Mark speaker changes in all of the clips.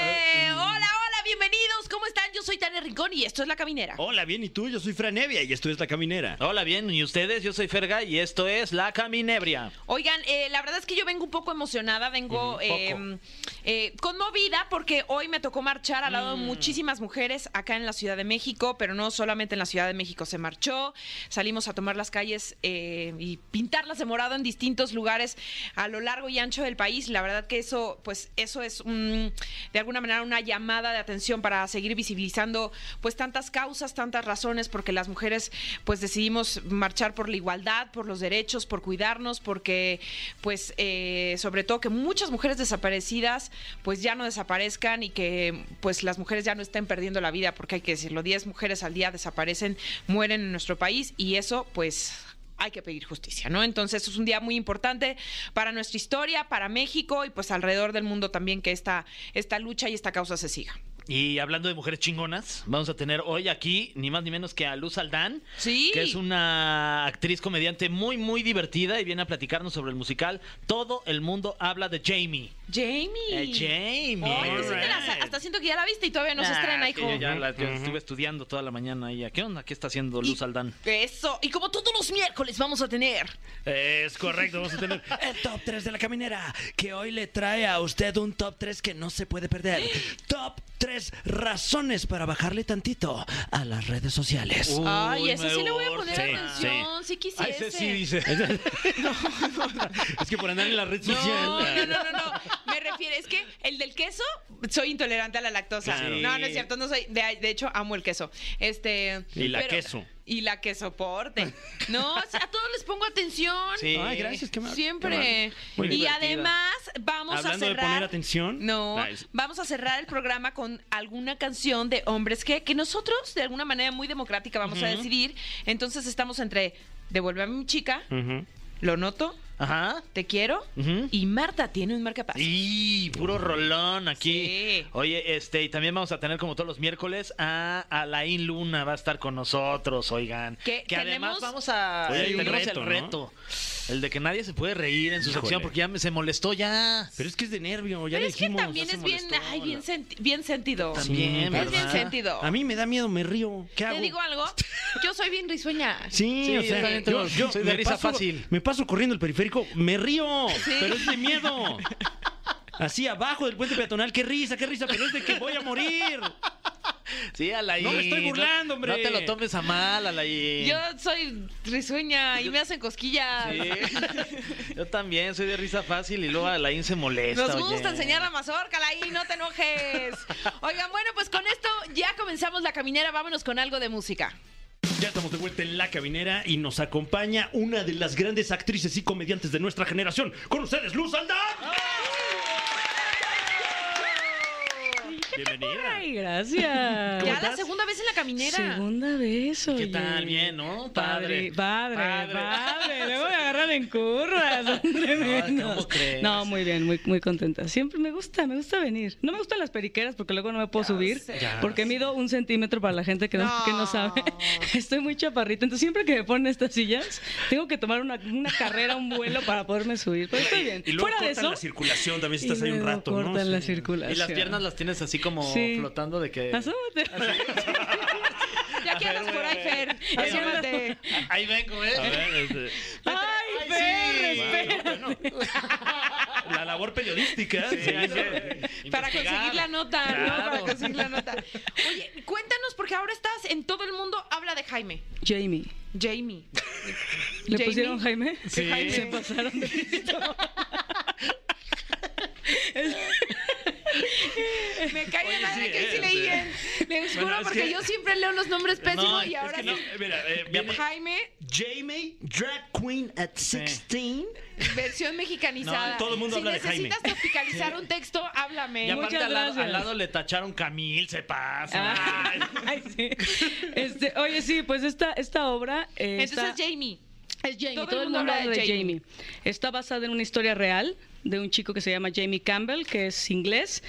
Speaker 1: Eh, Hola, hola, bienvenidos. ¿Cómo están? Yo soy Tania Rincón y esto es La Caminera.
Speaker 2: Hola, bien, ¿y tú? Yo soy Franevia y esto es La Caminera.
Speaker 3: Hola, bien, ¿y ustedes? Yo soy Ferga y esto es La Caminebria.
Speaker 1: Oigan, eh, la verdad es que yo vengo un poco emocionada, vengo eh, eh, conmovida porque hoy me tocó marchar al lado de muchísimas mujeres acá en la Ciudad de México, pero no solamente en la Ciudad de México se marchó, salimos a tomar las calles eh, y pintarlas de morado en distintos lugares a lo largo y ancho del país. La verdad que eso, pues eso es un, de alguna manera una llamada de atención para seguir visibilizando pues tantas causas, tantas razones, porque las mujeres pues decidimos marchar por la igualdad, por los derechos, por cuidarnos, porque pues eh, sobre todo que muchas mujeres desaparecidas pues ya no desaparezcan y que pues las mujeres ya no estén perdiendo la vida, porque hay que decirlo, 10 mujeres al día desaparecen, mueren en nuestro país y eso pues hay que pedir justicia, ¿no? Entonces es un día muy importante para nuestra historia, para México y pues alrededor del mundo también que esta, esta lucha y esta causa se siga.
Speaker 3: Y hablando de mujeres chingonas, vamos a tener hoy aquí ni más ni menos que a Luz Aldán,
Speaker 1: Sí.
Speaker 3: que es una actriz comediante muy, muy divertida y viene a platicarnos sobre el musical Todo el mundo habla de Jamie.
Speaker 1: Jamie.
Speaker 3: Eh, Jamie.
Speaker 1: Ay, pues sí te la sa- hasta siento que ya la viste y todavía no se
Speaker 3: Nah,
Speaker 1: estrena,
Speaker 3: es que
Speaker 1: hijo.
Speaker 3: yo ya la- yo estuve estudiando toda la mañana y ¿qué onda? ¿Qué está haciendo Luz Aldán?
Speaker 1: Eso. Y como todos los miércoles vamos a tener.
Speaker 2: Es correcto, vamos a tener el top 3 de La Caminera, que hoy le trae a usted un top 3 que no se puede perder. Top 3 razones para bajarle tantito a las redes sociales.
Speaker 3: Uh,
Speaker 1: Ay,
Speaker 3: Uy,
Speaker 1: ese sí
Speaker 3: me
Speaker 1: le voy a
Speaker 3: urge.
Speaker 1: poner
Speaker 3: Sí,
Speaker 1: atención. Sí, quisiese.
Speaker 2: es que por andar en la red
Speaker 1: No, no, no, no, no. Me refiero, es que el del queso, soy intolerante a la lactosa.
Speaker 3: Claro.
Speaker 1: No, no es cierto, no soy. De, de hecho, amo el queso. Este.
Speaker 2: Y la queso.
Speaker 1: Y la que soporte. No, o sea, a todos les pongo atención.
Speaker 3: Sí.
Speaker 2: Ay, gracias, qué mal-
Speaker 1: Siempre.
Speaker 2: Muy
Speaker 1: y
Speaker 2: divertida.
Speaker 1: además, vamos
Speaker 2: Hablando
Speaker 1: a
Speaker 2: de
Speaker 1: cerrar.
Speaker 2: poner atención.
Speaker 1: No,
Speaker 2: Nice.
Speaker 1: vamos a cerrar el programa con alguna canción de hombres que, que nosotros, de alguna manera muy democrática, vamos a decidir. Entonces estamos entre Devuélveme mi chica,
Speaker 2: Ujú.
Speaker 1: Lo noto,
Speaker 3: Ajá.
Speaker 1: Te quiero
Speaker 3: Ujú.
Speaker 1: y Marta tiene un marcapasos.
Speaker 3: Y puro rolón aquí.
Speaker 1: Sí.
Speaker 3: Oye, este, y también vamos a tener como todos los miércoles a Alain Luna, va a estar con nosotros, oigan.
Speaker 1: Que tenemos-
Speaker 3: además vamos a
Speaker 2: Oye, hay un
Speaker 3: tenemos
Speaker 2: reto,
Speaker 3: el
Speaker 2: ¿no?
Speaker 3: reto. El de que nadie se puede reír en su
Speaker 2: Híjole.
Speaker 3: sección porque ya me- se molestó ya.
Speaker 2: Pero es que es de nervio, ya
Speaker 1: Pero
Speaker 2: le
Speaker 1: es que
Speaker 2: dijimos,
Speaker 1: también
Speaker 2: ya se
Speaker 1: es bien,
Speaker 2: molestó.
Speaker 1: ay, bien, senti- bien sentido.
Speaker 3: También,
Speaker 1: es
Speaker 3: ¿verdad?
Speaker 1: bien sentido.
Speaker 2: A mí me da miedo, me río. ¿Qué hago?
Speaker 1: Te digo algo, yo soy bien risueña.
Speaker 2: Sí,
Speaker 3: Sí,
Speaker 2: o
Speaker 3: yo
Speaker 2: sea,
Speaker 3: también te lo- soy de risa fácil.
Speaker 2: Me paso corriendo el periférico, me río,
Speaker 1: Sí.
Speaker 2: pero es de miedo. Así abajo del puente peatonal, qué risa, qué risa, pero es de que voy a morir.
Speaker 3: Sí, Alain.
Speaker 2: No me estoy burlando, hombre.
Speaker 3: No te lo tomes a mal, Alain.
Speaker 1: Yo soy risueña y me hacen cosquillas.
Speaker 3: Sí. Yo también soy de risa fácil y luego Alain se molesta.
Speaker 1: Nos
Speaker 3: oye.
Speaker 1: gusta enseñar la mazorca, ahí, no te enojes. Oigan, bueno, pues con esto ya comenzamos la caminera, vámonos con algo de música.
Speaker 2: Ya estamos de vuelta en la cabinera y nos acompaña una de las grandes actrices y comediantes de nuestra generación. Con ustedes, Luz Aldán. Bienvenida.
Speaker 4: Ay, gracias.
Speaker 1: Ya la segunda vez en la caminera.
Speaker 4: Segunda vez, oye.
Speaker 3: ¿Qué tal? Bien, ¿no? Padre.
Speaker 4: Padre, padre,
Speaker 3: Padre.
Speaker 4: padre. Luego me agarran en curvas. son tremendos.
Speaker 3: ¿cómo crees?
Speaker 4: No, muy bien, muy, muy contenta. Siempre me gusta, me gusta venir. No me gustan las periqueras porque luego no me puedo subir.
Speaker 1: sé.
Speaker 4: Porque mido un centímetro para la gente que no,
Speaker 1: No.
Speaker 4: que no sabe. Estoy muy chaparrita. Entonces, siempre que me ponen estas sillas, tengo que tomar una, una carrera, un vuelo para poderme subir. Pero estoy bien.
Speaker 2: Y luego
Speaker 4: Fuera de
Speaker 2: cortan
Speaker 4: eso.
Speaker 2: la circulación, también si
Speaker 4: y
Speaker 2: estás ahí un
Speaker 4: luego
Speaker 2: rato, ¿no?
Speaker 4: cortan la
Speaker 2: Sí.
Speaker 4: circulación.
Speaker 3: Y las piernas las tienes así como
Speaker 4: Sí.
Speaker 3: flotando de que...
Speaker 4: Asómate.
Speaker 1: Ya que andas por ahí, Fer.
Speaker 4: Así
Speaker 1: Asómate.
Speaker 3: Ahí vengo, ¿eh?
Speaker 2: A ver, este,
Speaker 4: Ay,
Speaker 3: Ay,
Speaker 4: Fer,
Speaker 3: sí.
Speaker 4: espera.
Speaker 2: bueno, la labor periodística. ¿eh?
Speaker 3: Sí,
Speaker 2: se
Speaker 3: ahí
Speaker 2: hizo.
Speaker 3: se-
Speaker 1: Para
Speaker 3: investigar.
Speaker 1: conseguir la nota, ¿no? Para
Speaker 3: Claro.
Speaker 1: conseguir la nota. Oye, cuéntanos, porque ahora estás en todo el mundo, habla de Jaime.
Speaker 4: Jamie.
Speaker 1: Jamie.
Speaker 4: ¿Le
Speaker 1: Jamie.
Speaker 4: pusieron Jaime?
Speaker 3: Sí. Jaime.
Speaker 4: Se pasaron de listo.
Speaker 1: Me cae de
Speaker 2: Oye,
Speaker 1: madre
Speaker 2: sí,
Speaker 1: que sí
Speaker 2: eh,
Speaker 1: leí
Speaker 2: sí.
Speaker 1: bien. Les juro,
Speaker 2: Bueno, es
Speaker 1: porque
Speaker 2: que-
Speaker 1: yo siempre leo los nombres pésimos y
Speaker 2: es
Speaker 1: ahora
Speaker 2: que no,
Speaker 1: sí.
Speaker 2: mira, eh, viene
Speaker 1: Jaime,
Speaker 2: Jamie, drag queen at 16.
Speaker 1: versión mexicanizada.
Speaker 2: No, todo el mundo
Speaker 1: si
Speaker 2: habla de Jaime.
Speaker 1: necesitas tropicalizar un texto, háblame.
Speaker 3: Y aparte
Speaker 4: Muchas
Speaker 3: al, lado,
Speaker 4: gracias. Ah.
Speaker 3: al lado le tacharon Camil, se pasa.
Speaker 4: Ay, ay, sí. Este, oye, sí, pues esta, esta obra. eh,
Speaker 1: Entonces,
Speaker 4: está-
Speaker 1: Jamie.
Speaker 4: Es Jamie, todo, el mundo habla de, Jamie. Está basada en una historia real de un chico que se llama Jamie Campbell, que es inglés.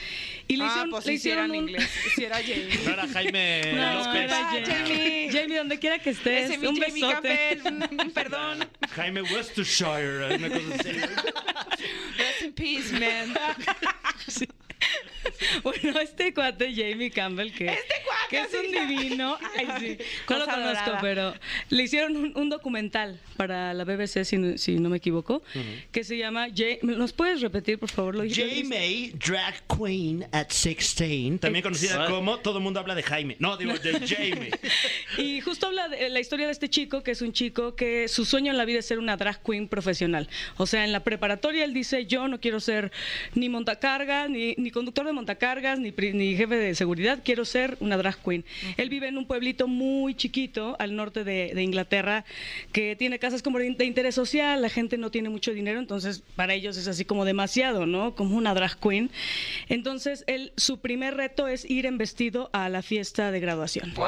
Speaker 4: Y le
Speaker 1: ah,
Speaker 4: hicieron,
Speaker 1: pues
Speaker 4: le
Speaker 1: sí, sí era
Speaker 4: hicieron
Speaker 1: en
Speaker 4: un-
Speaker 1: inglés. Sí era Jamie.
Speaker 3: No era Jaime
Speaker 4: No,
Speaker 3: López.
Speaker 4: era
Speaker 1: Ah, Jamie.
Speaker 4: Jamie. Jamie, donde quiera que estés.
Speaker 1: Ese mi
Speaker 4: un
Speaker 1: Jamie
Speaker 4: besote.
Speaker 1: Campbell. Perdón.
Speaker 3: Jaime Westershire, una cosa así.
Speaker 1: Rest in peace, man.
Speaker 4: Sí. Bueno, este cuate Jamie Campbell que,
Speaker 1: Este cuate,
Speaker 4: que es un
Speaker 1: así.
Speaker 4: divino, ay, sí, no lo
Speaker 1: Cosa
Speaker 4: conozco,
Speaker 1: dorada.
Speaker 4: pero le hicieron un, un documental para la BBC, si no, si no me equivoco, que se llama... Ja- ¿Nos puedes repetir, por favor? Lo lo-
Speaker 5: Jamie, drag queen at 16. También conocida
Speaker 3: Exacto.
Speaker 5: como todo el mundo habla de Jaime. No, digo de Jamie.
Speaker 4: Y justo habla de la historia de este chico, que es un chico que su sueño en la vida es ser una drag queen profesional. O sea, en la preparatoria él dice, yo no quiero ser ni montacargas, ni, ni conductor de montacargas, ni, pri- ni jefe de seguridad, quiero ser una drag queen. Él vive en un pueblito muy chiquito al norte de, de Inglaterra, que tiene casas como de, de interés social, la gente no tiene mucho dinero, entonces para ellos es así como demasiado, ¿no? Como una drag queen. Entonces, él, su primer reto es ir en vestido a la fiesta de graduación.
Speaker 3: Wow.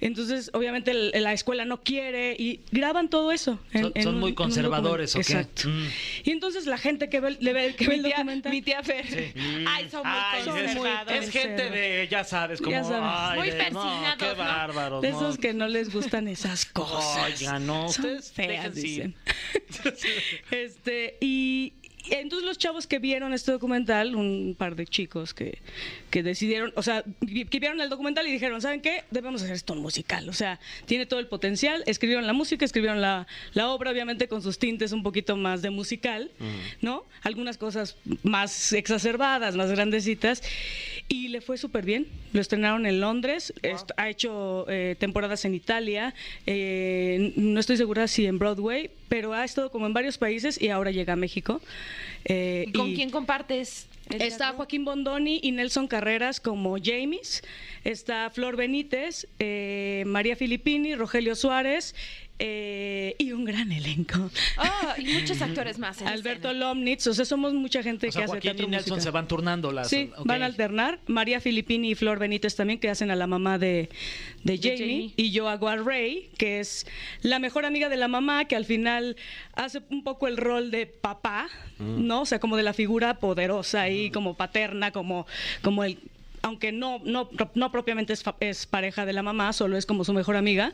Speaker 4: Entonces, obviamente, el- la escuela no quiere y graban todo eso.
Speaker 3: Son- son
Speaker 4: un-
Speaker 3: muy
Speaker 4: un
Speaker 3: conservadores, ¿o qué? Mm.
Speaker 4: documental. Exacto. Y entonces la gente que ve, el- le ve, que ve
Speaker 1: mi,
Speaker 4: el
Speaker 1: tía,
Speaker 4: documental...
Speaker 1: mi tía Fer. Ay, son muy
Speaker 3: Mm. Ay,
Speaker 4: Son
Speaker 3: es,
Speaker 4: muy
Speaker 1: conservadores.
Speaker 3: es gente de, ya sabes, como.
Speaker 4: Ya sabes.
Speaker 3: ay,
Speaker 1: Muy
Speaker 3: de, no,
Speaker 1: persinados,
Speaker 3: qué
Speaker 1: ¿no?
Speaker 3: bárbaros.
Speaker 4: de
Speaker 3: no.
Speaker 4: esos que no les gustan esas cosas.
Speaker 3: Oigan, no,
Speaker 4: Son
Speaker 3: ustedes
Speaker 4: feas,
Speaker 3: déjense ir.
Speaker 4: dicen. este, y y entonces los chavos que vieron este documental, un par de chicos que, que decidieron, o sea, vi- que vieron el documental y dijeron, ¿saben qué? Debemos hacer esto un musical. O sea, tiene todo el potencial. Escribieron la música, escribieron la, la obra, obviamente con sus tintes un poquito más de musical, ¿no? Algunas cosas más exacerbadas, más grandecitas. Y le fue súper bien. Lo estrenaron en Londres, est- ha hecho eh, temporadas en Italia, eh, n- no estoy segura si en Broadway, pero ha estado como en varios países y ahora llega a México. Eh,
Speaker 1: ¿Y ¿Con
Speaker 4: y-
Speaker 1: quién compartes? el
Speaker 4: Está
Speaker 1: teatro?
Speaker 4: Joaquín Bondoni y Nelson Carreras como James. Está Flor Benítez, eh, María Filippini, Rogelio Suárez eh, y un gran elenco.
Speaker 1: Ah, y muchos actores más. en
Speaker 4: Alberto
Speaker 1: escena.
Speaker 4: Lomnitz, o sea, somos mucha gente
Speaker 3: O sea,
Speaker 4: que hace
Speaker 3: Joaquín
Speaker 4: teatro
Speaker 3: y Nelson
Speaker 4: musical.
Speaker 3: se van turnando las.
Speaker 4: Sí,
Speaker 3: ok.
Speaker 4: van a alternar. María Filippini y Flor Benítez también, que hacen a la mamá de, de Jamie.
Speaker 1: Jamie.
Speaker 4: Y yo hago a Ray, que es la mejor amiga de la mamá, que al final hace un poco el rol de papá,
Speaker 3: Mm.
Speaker 4: ¿no? O sea, como de la figura poderosa y como paterna, como, como el aunque no, no, no propiamente es, fa- es pareja de la mamá, solo es como su mejor amiga.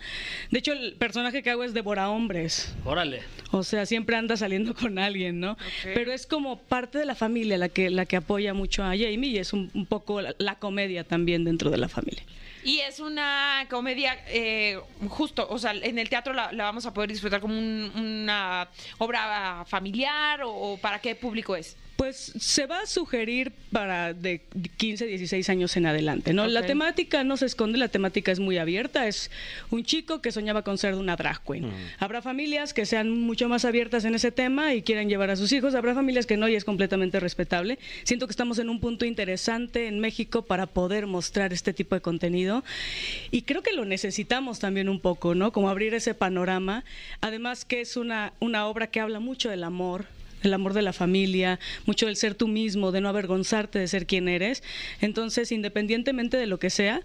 Speaker 4: De hecho, el personaje que hago es devora hombres.
Speaker 3: Órale.
Speaker 4: O sea, siempre anda saliendo con alguien, ¿no? Pero es como parte de la familia la que, la que apoya mucho a Jamie y es un, un poco la, la comedia también dentro de la familia.
Speaker 1: Y es una comedia, eh, justo, o sea, en el teatro la, la vamos a poder disfrutar como un- una obra familiar o, o para qué público es.
Speaker 4: Pues se va a sugerir para de 15, 16 años en adelante, ¿no? La
Speaker 1: Ok.
Speaker 4: temática no se esconde, la temática es muy abierta. Es un chico que soñaba con ser de una drag queen. Habrá familias que sean mucho más abiertas en ese tema y quieran llevar a sus hijos. Habrá familias que no y es completamente respetable. Siento que estamos en un punto interesante en México para poder mostrar este tipo de contenido y creo que lo necesitamos también un poco, ¿no? Como abrir ese panorama. Además que es una, una obra que habla mucho del amor el amor de la familia, mucho del ser tú mismo, de no avergonzarte de ser quien eres. Entonces, independientemente de lo que sea,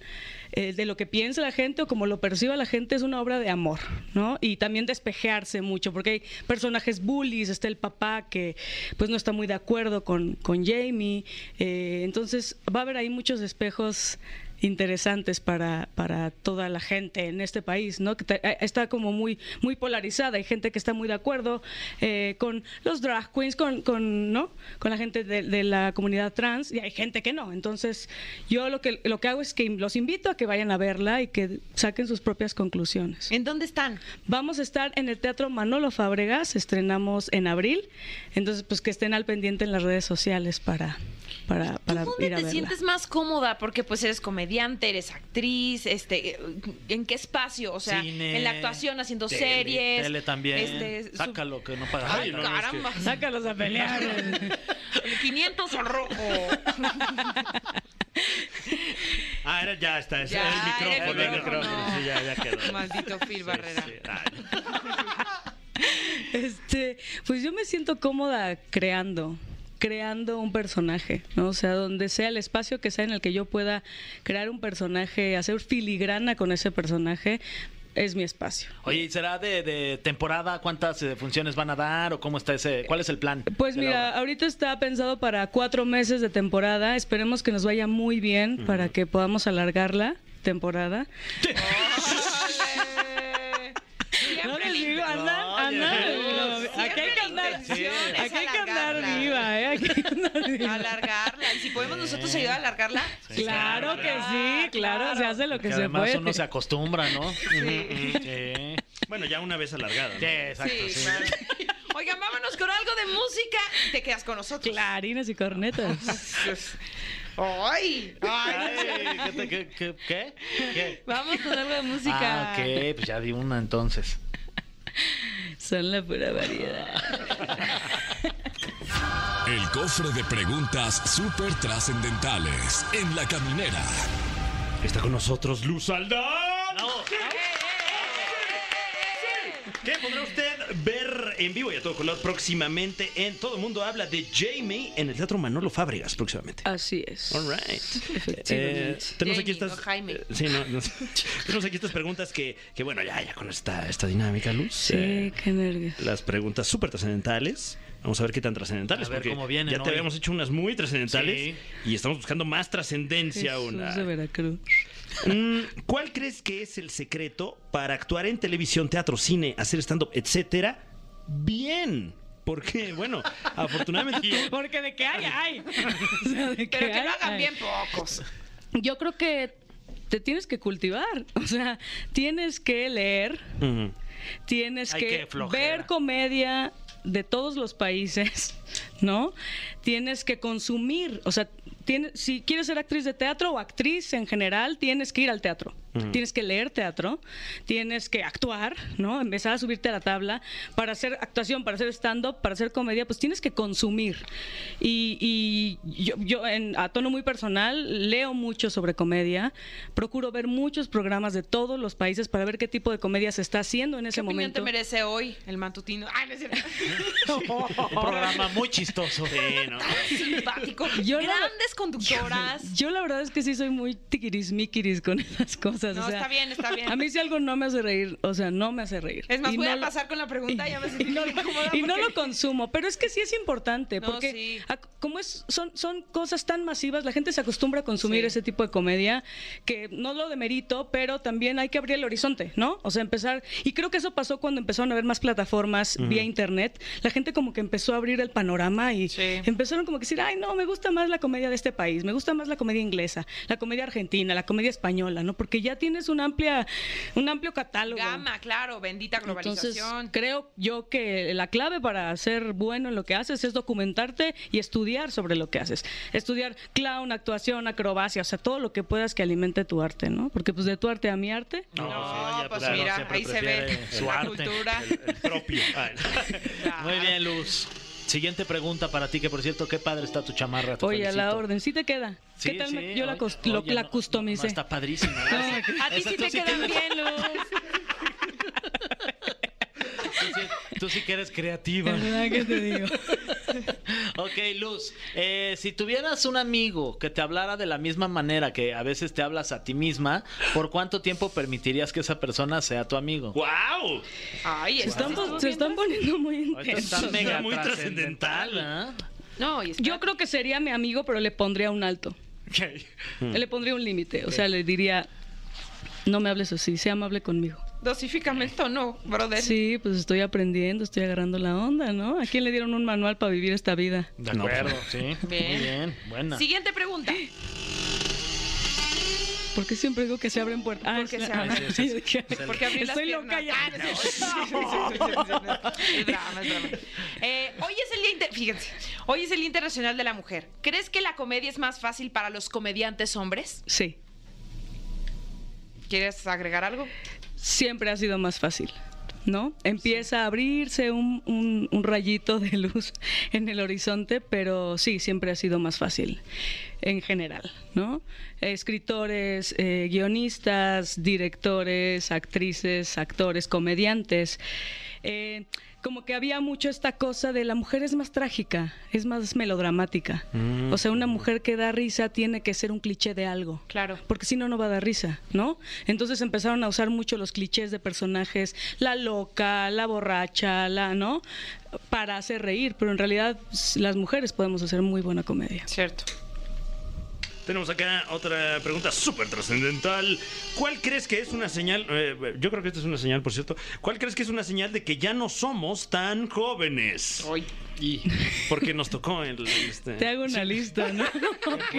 Speaker 4: eh, de lo que piense la gente o como lo perciba la gente, es una obra de amor, ¿no? Y también despejearse mucho, porque hay personajes bullies, está el papá que pues no está muy de acuerdo con, con Jamie. eh, entonces, va a haber ahí muchos espejos interesantes para, para toda la gente en este país, ¿no? Que te- eh, está como muy, muy polarizada. Hay gente que está muy de acuerdo eh, con los drag queens, con, con, ¿no? Con la gente de, de la comunidad trans y hay gente que no. Entonces, yo lo que, lo que hago es que los invito a que vayan a verla y que saquen sus propias conclusiones.
Speaker 1: ¿En dónde están?
Speaker 4: Vamos a estar en el Teatro Manolo Fábregas, estrenamos en abril, entonces pues que estén al pendiente en las redes sociales para, para, para
Speaker 1: ¿Tú dónde
Speaker 4: ir a
Speaker 1: te
Speaker 4: verla.
Speaker 1: sientes más cómoda? Porque pues eres comediante, eres actriz, este, ¿en qué espacio? O sea,
Speaker 3: Cine,
Speaker 1: en la actuación, haciendo
Speaker 3: tele,
Speaker 1: series.
Speaker 3: Tele también.
Speaker 1: este, su-
Speaker 3: Sácalo, que no pagas.
Speaker 1: Ay,
Speaker 3: nada.
Speaker 1: caramba.
Speaker 4: Sácalos a pelear.
Speaker 1: 500 o rojo.
Speaker 5: Ah, era, ya está, es
Speaker 1: Ya,
Speaker 5: el micrófono. el
Speaker 1: era el micrófono.
Speaker 5: micrófono. Sí, ya, ya quedó.
Speaker 1: Maldito Phil Barrera.
Speaker 5: Sí, ah. ay.
Speaker 4: Este, pues yo me siento cómoda creando, creando un personaje, ¿no? O sea, donde sea el espacio que sea en el que yo pueda crear un personaje, hacer filigrana con ese personaje. es mi espacio.
Speaker 3: Oye, ¿y será de, de temporada? ¿Cuántas eh, funciones van a dar? ¿O cómo está ese? ¿Cuál es el plan?
Speaker 4: Pues
Speaker 3: de la
Speaker 4: mira,
Speaker 3: obra?
Speaker 4: ahorita está pensado para cuatro meses de temporada. Esperemos que nos vaya muy bien para que podamos alargar la temporada.
Speaker 1: ¡Órale!
Speaker 4: No
Speaker 1: Siempre
Speaker 4: les digo,
Speaker 1: linda.
Speaker 4: andan,
Speaker 3: Oye.
Speaker 4: andan.
Speaker 1: Sí,
Speaker 4: Aquí hay
Speaker 1: siempre
Speaker 4: que
Speaker 1: la
Speaker 4: andar,
Speaker 1: intención es
Speaker 4: aquí hay que andar
Speaker 1: alargarla.
Speaker 4: viva, ¿eh? Aquí hay que andar viva.
Speaker 1: Alargarla. Y si podemos nosotros ayudar a alargarla.
Speaker 4: Claro que
Speaker 1: Ah,
Speaker 4: sí, claro, se hace lo que,
Speaker 3: Que
Speaker 4: se
Speaker 3: además
Speaker 4: puede.
Speaker 3: uno se acostumbra, ¿no? Sí. sí.
Speaker 2: Bueno, ya una vez alargada. ¿no?
Speaker 3: Sí, exacto.
Speaker 1: Sí,
Speaker 3: sí.
Speaker 1: claro. Oigan, vámonos con algo de música. Te quedas con nosotros.
Speaker 4: Clarines y cornetas.
Speaker 1: ¡Ay!
Speaker 3: Ay, ¿qué te- qué- qué- ¿Qué? ¿Qué?
Speaker 4: Vamos con algo de música.
Speaker 3: Ah, ok, pues ya di una entonces.
Speaker 4: Son la pura variedad.
Speaker 6: El cofre de preguntas súper trascendentales en la caminera.
Speaker 2: Está con nosotros Luz Aldán. Que podrá usted ver en vivo y a todo color próximamente en Todo Mundo Habla de Jamie en el Teatro Manolo Fábregas próximamente.
Speaker 4: Así es.
Speaker 2: All right.
Speaker 4: Efectivamente.
Speaker 2: Eh, tenemos
Speaker 1: Jamie,
Speaker 2: aquí estas.
Speaker 1: no Jaime.
Speaker 2: eh, sí, no, no. tenemos aquí estas preguntas que, que bueno, ya, ya con esta, esta dinámica, Luz.
Speaker 4: Sí,
Speaker 2: eh,
Speaker 4: qué nervios.
Speaker 2: las preguntas súper trascendentales. Vamos a ver qué tan trascendentales.
Speaker 3: A ver
Speaker 2: porque
Speaker 3: cómo vienen
Speaker 2: ya te
Speaker 3: hoy.
Speaker 2: habíamos hecho unas muy trascendentales
Speaker 3: Sí.
Speaker 2: y estamos buscando más trascendencia
Speaker 4: Jesús
Speaker 2: aún.
Speaker 4: de Veracruz.
Speaker 2: Mm, ¿Cuál crees que es el secreto para actuar en televisión, teatro, cine, hacer stand-up, etcétera? Bien. Porque, bueno, afortunadamente. tú-
Speaker 4: Porque de que hay, hay. O sea, de
Speaker 1: Pero que
Speaker 4: hay,
Speaker 1: lo hagan
Speaker 4: hay.
Speaker 1: bien pocos.
Speaker 4: Yo creo que te tienes que cultivar. O sea, tienes que leer,
Speaker 2: Ujú.
Speaker 4: tienes
Speaker 3: Ay,
Speaker 4: que
Speaker 3: qué flojera.
Speaker 4: ver comedia de todos los países, ¿no? Tienes que consumir, o sea, tiene- si quieres ser actriz de teatro o actriz en general, tienes que ir al teatro. Tienes que leer teatro, tienes que actuar, ¿no? Empezar a subirte a la tabla. Para hacer actuación, para hacer stand-up, para hacer comedia, pues tienes que consumir. Y, y yo, yo en, a tono muy personal, leo mucho sobre comedia, procuro ver muchos programas de todos los países para ver qué tipo de comedia se está haciendo en
Speaker 1: ¿Qué
Speaker 4: ese
Speaker 1: opinión
Speaker 4: momento.
Speaker 1: te merece hoy el matutino? Ay, no es cierto.
Speaker 3: Un programa muy chistoso.
Speaker 1: Simpático.
Speaker 4: Yo no-
Speaker 1: Grandes conductoras.
Speaker 4: Yo la verdad es que sí soy muy tiquirismiquiris con esas cosas.
Speaker 1: No,
Speaker 4: o sea,
Speaker 1: está bien, está bien.
Speaker 4: A mí si algo no me hace reír, o sea, no me hace reír.
Speaker 1: Es más,
Speaker 4: Y
Speaker 1: voy
Speaker 4: no
Speaker 1: a
Speaker 4: lo-
Speaker 1: pasar con la pregunta. Ya me sentí
Speaker 4: y no,
Speaker 1: muy incómoda
Speaker 4: y no
Speaker 1: porque-
Speaker 4: lo consumo, pero es que sí es importante,
Speaker 1: No,
Speaker 4: porque
Speaker 1: sí.
Speaker 4: a- como es, son, son cosas tan masivas, la gente se acostumbra a consumir
Speaker 1: Sí.
Speaker 4: ese tipo de comedia, que no lo demerito, pero también hay que abrir el horizonte, ¿no? O sea, empezar, y creo que eso pasó cuando empezaron a haber más plataformas vía internet, la gente como que empezó a abrir el panorama y
Speaker 1: Sí.
Speaker 4: empezaron como que decir, ay, no, me gusta más la comedia de este país, me gusta más la comedia inglesa, la comedia argentina, la comedia española, ¿no? Porque ya tienes una amplia, un amplio catálogo.
Speaker 1: Gama, claro, bendita
Speaker 4: Entonces,
Speaker 1: globalización.
Speaker 4: creo yo que la clave para ser bueno en lo que haces es documentarte y estudiar sobre lo que haces. Estudiar clown, actuación, acrobacia, o sea, todo lo que puedas que alimente tu arte, ¿no? Porque pues de tu arte a mi arte.
Speaker 1: No,
Speaker 3: sí, ya,
Speaker 1: pues
Speaker 3: claro,
Speaker 1: mira,
Speaker 3: siempre
Speaker 1: ahí se ve
Speaker 3: prefiere su
Speaker 1: la
Speaker 3: arte.
Speaker 1: cultura.
Speaker 2: El propio. Ah,
Speaker 1: Claro.
Speaker 3: Muy bien, Luz. Siguiente pregunta para ti, que por cierto, qué padre está tu chamarra. te
Speaker 4: Oye, a la
Speaker 3: felicito.
Speaker 4: orden, ¿sí te queda?
Speaker 3: Sí,
Speaker 4: ¿Qué tal? me-
Speaker 3: sí,
Speaker 4: yo la,
Speaker 3: oye,
Speaker 4: cos- lo-
Speaker 3: oye,
Speaker 4: la
Speaker 3: no,
Speaker 4: customicé.
Speaker 3: no, está padrísima. ¿verdad?
Speaker 4: No, a ti
Speaker 3: Esa
Speaker 4: sí
Speaker 3: tú
Speaker 4: te quedan
Speaker 3: que-
Speaker 4: bien,
Speaker 3: Tú sí, tú sí que eres creativa.
Speaker 4: ¿Verdad que te digo?
Speaker 3: Ok, Luz, eh, si tuvieras un amigo que te hablara de la misma manera que a veces te hablas a ti misma, ¿por cuánto tiempo permitirías que esa persona sea tu amigo?
Speaker 2: ¡Wow!
Speaker 1: Ay,
Speaker 4: Se están,
Speaker 1: ¿estás
Speaker 4: pon-
Speaker 1: tú
Speaker 4: se están
Speaker 1: viendo?
Speaker 4: poniendo muy
Speaker 3: Ahorita
Speaker 4: intensos.
Speaker 3: está
Speaker 2: Eso
Speaker 3: mega
Speaker 2: está muy
Speaker 3: trascendental,
Speaker 2: trascendental,
Speaker 3: ¿ah?
Speaker 1: No, y
Speaker 4: Yo creo que sería mi amigo, pero le pondría un alto. Le pondría un límite. O sea, le diría, no me hables así, sea amable conmigo.
Speaker 1: Dosifícame el tono, brother.
Speaker 4: Sí, pues estoy aprendiendo, estoy agarrando la onda, ¿no? ¿A quién le dieron un manual para vivir esta vida?
Speaker 3: De
Speaker 2: No,
Speaker 3: acuerdo,
Speaker 2: pues,
Speaker 3: sí.
Speaker 1: Bien.
Speaker 3: Muy bien, buena.
Speaker 1: Siguiente pregunta.
Speaker 4: Porque siempre digo que se abren puertas. Ah,
Speaker 1: Porque
Speaker 4: es la-
Speaker 1: se abren.
Speaker 4: ah, sí, sí, sí.
Speaker 1: Porque abrí las
Speaker 4: Estoy loca
Speaker 1: piernas.
Speaker 4: ya.
Speaker 1: Ah, no, sí, sí, sí, sí, sí, sí, sí. Es drama, es drama. Eh, hoy es el día Inter- fíjense, hoy es el Día Internacional de la Mujer. ¿Crees que la comedia es más fácil para los comediantes hombres?
Speaker 4: Sí,
Speaker 1: ¿Quieres agregar algo?
Speaker 4: siempre ha sido más fácil. ¿No? Empieza a abrirse un, un- un rayito de luz en el horizonte, pero sí, siempre ha sido más fácil en general, ¿no? Escritores, eh, guionistas, directores, actrices, actores, comediantes. Eh, como que había mucho esta cosa de la mujer es más trágica, es más melodramática. O sea, una mujer que da risa tiene que ser un cliché de algo.
Speaker 1: Claro.
Speaker 4: Porque si no, no va a dar risa, ¿no? Entonces empezaron a usar mucho los clichés de personajes, la loca, la borracha, la, ¿no? Para hacer reír, pero en realidad s- las mujeres podemos hacer muy buena comedia.
Speaker 1: Cierto.
Speaker 7: Tenemos acá otra pregunta súper trascendental. ¿Cuál crees que es una señal? eh, yo creo que esta es una señal, por cierto. ¿Cuál crees que es una señal de que ya no somos tan jóvenes? Porque nos tocó el. este-
Speaker 4: Te hago una lista, ¿no?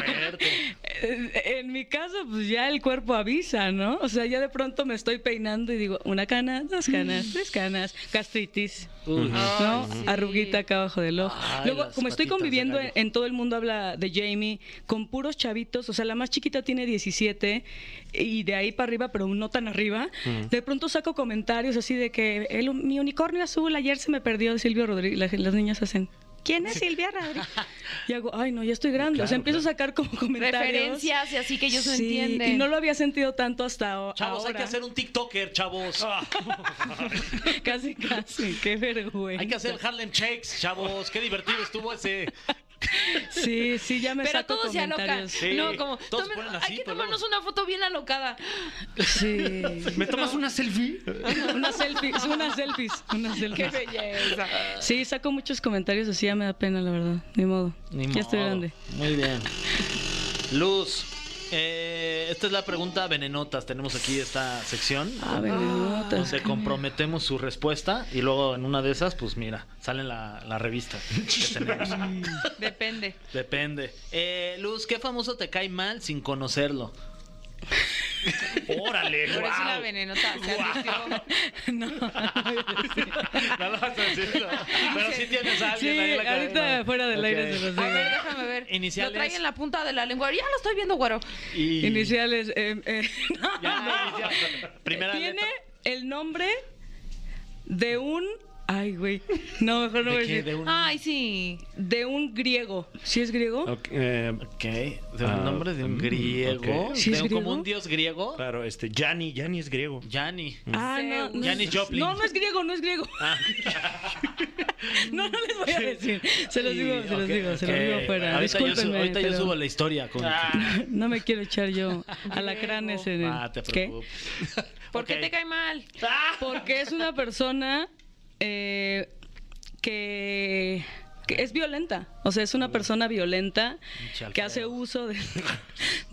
Speaker 4: Eh, En mi caso, pues ya el cuerpo avisa, ¿no? O sea, ya de pronto me estoy peinando y digo, una cana, dos canas, tres canas, gastritis,
Speaker 3: Uy.
Speaker 4: ¿no? Arruguita acá abajo del ojo.
Speaker 3: Ay,
Speaker 4: Luego,
Speaker 3: las
Speaker 4: como estoy
Speaker 3: patitas de
Speaker 4: conviviendo
Speaker 3: gallo.
Speaker 4: en, en todo el mundo, habla de Jamie, con puros chavitos, o sea, la más chiquita tiene 17 y de ahí para arriba, pero no tan arriba,
Speaker 3: Mm.
Speaker 4: de pronto saco comentarios así de que "El- mi unicornio azul ayer se me perdió de Silvio Rodríguez, las, las niñas hacen. ¿Quién es Silvia Rodríguez? Y hago, ay, no, ya estoy grande. o sea, empiezo a sacar como comentarios.
Speaker 1: Referencias y así que ellos no
Speaker 4: Sí,
Speaker 1: entienden.
Speaker 4: Y no lo había sentido tanto hasta o-
Speaker 3: Chavos, hay
Speaker 4: ahora.
Speaker 3: que hacer un TikToker, chavos.
Speaker 4: Casi, casi. Qué vergüenza.
Speaker 3: Hay que hacer Harlem Shakes, chavos. Qué divertido estuvo ese.
Speaker 4: Sí, sí, ya me
Speaker 1: Pero
Speaker 4: saco
Speaker 1: todos se alocan.
Speaker 4: comentarios.
Speaker 3: Sí.
Speaker 1: No, como,
Speaker 3: Todos se
Speaker 1: tomen-
Speaker 3: ponen así,
Speaker 1: hay que
Speaker 3: pero
Speaker 1: tomarnos una foto bien alocada.
Speaker 4: Sí.
Speaker 7: ¿Me tomas una selfie?
Speaker 4: Unas selfies, unas selfies, unas
Speaker 1: Qué
Speaker 4: selfies.
Speaker 1: belleza.
Speaker 4: Sí, saco muchos comentarios así, ya me da pena, la verdad. Ni modo. ya estoy grande.
Speaker 3: Muy bien. Luz, eh, esta es la pregunta venenotas. Tenemos aquí esta sección.
Speaker 4: Ah, venenotas.
Speaker 3: Donde comprometemos su respuesta y luego en una de esas, pues mira, sale en la, la revista que tenemos.
Speaker 1: Depende.
Speaker 3: Depende. Eh, Luz, ¿qué famoso te cae mal sin conocerlo?
Speaker 7: Órale,
Speaker 1: Por eso la
Speaker 7: guau.
Speaker 1: venenota se advirtió.
Speaker 4: No.
Speaker 3: Nada más decirlo. Pero sí tienes a alguien
Speaker 4: Sí,
Speaker 3: ahí en la
Speaker 4: ahorita
Speaker 3: cabeza.
Speaker 4: fuera del aire
Speaker 3: Ok.
Speaker 4: se los
Speaker 1: A
Speaker 4: digo.
Speaker 1: ver, déjame ver.
Speaker 3: Iniciales.
Speaker 1: Lo trae en la punta de la lengua. Ya lo estoy viendo, güero.
Speaker 3: Y-
Speaker 4: Iniciales. eh, eh, no.
Speaker 3: Ya, no, inicia- Primera
Speaker 4: Tiene
Speaker 3: letra.
Speaker 4: el nombre de un. Ay, güey. No, mejor no voy a
Speaker 3: qué?
Speaker 4: decir.
Speaker 3: ¿De un-
Speaker 1: Ay, sí.
Speaker 4: De un griego. ¿Sí es griego?
Speaker 7: Ok, eh,
Speaker 3: Ok, de un
Speaker 7: Ah,
Speaker 3: nombre de un
Speaker 7: mm,
Speaker 3: griego. Ah.
Speaker 7: ok.
Speaker 4: ¿Sí
Speaker 3: de
Speaker 4: es
Speaker 3: un- como
Speaker 4: griego?
Speaker 3: un dios griego.
Speaker 7: claro, este, Yanni, Yanni es griego.
Speaker 3: Yanni.
Speaker 4: Ah,
Speaker 1: Zeus.
Speaker 4: no. no
Speaker 3: Mm. Janis
Speaker 4: es-
Speaker 3: Joplin. Ah.
Speaker 4: No, no es griego, no es griego. no, no les voy a decir. Se los digo, se los
Speaker 3: Ok,
Speaker 4: digo, se los
Speaker 3: ok.
Speaker 4: digo fuera.
Speaker 3: Ahorita yo, su-
Speaker 4: Discúlpenme.
Speaker 3: ahorita yo
Speaker 4: pero Ah.
Speaker 3: subo la historia con.
Speaker 4: No me quiero echar yo alacranes en el...
Speaker 3: Ah, te
Speaker 4: ¿Qué?
Speaker 3: preocupes.
Speaker 1: ¿Por
Speaker 3: Ok.
Speaker 1: qué te cae mal?
Speaker 4: Porque es una persona eh, que, que es violenta. O sea, es una persona violenta
Speaker 3: Pinche Alfredo.
Speaker 4: que hace uso de,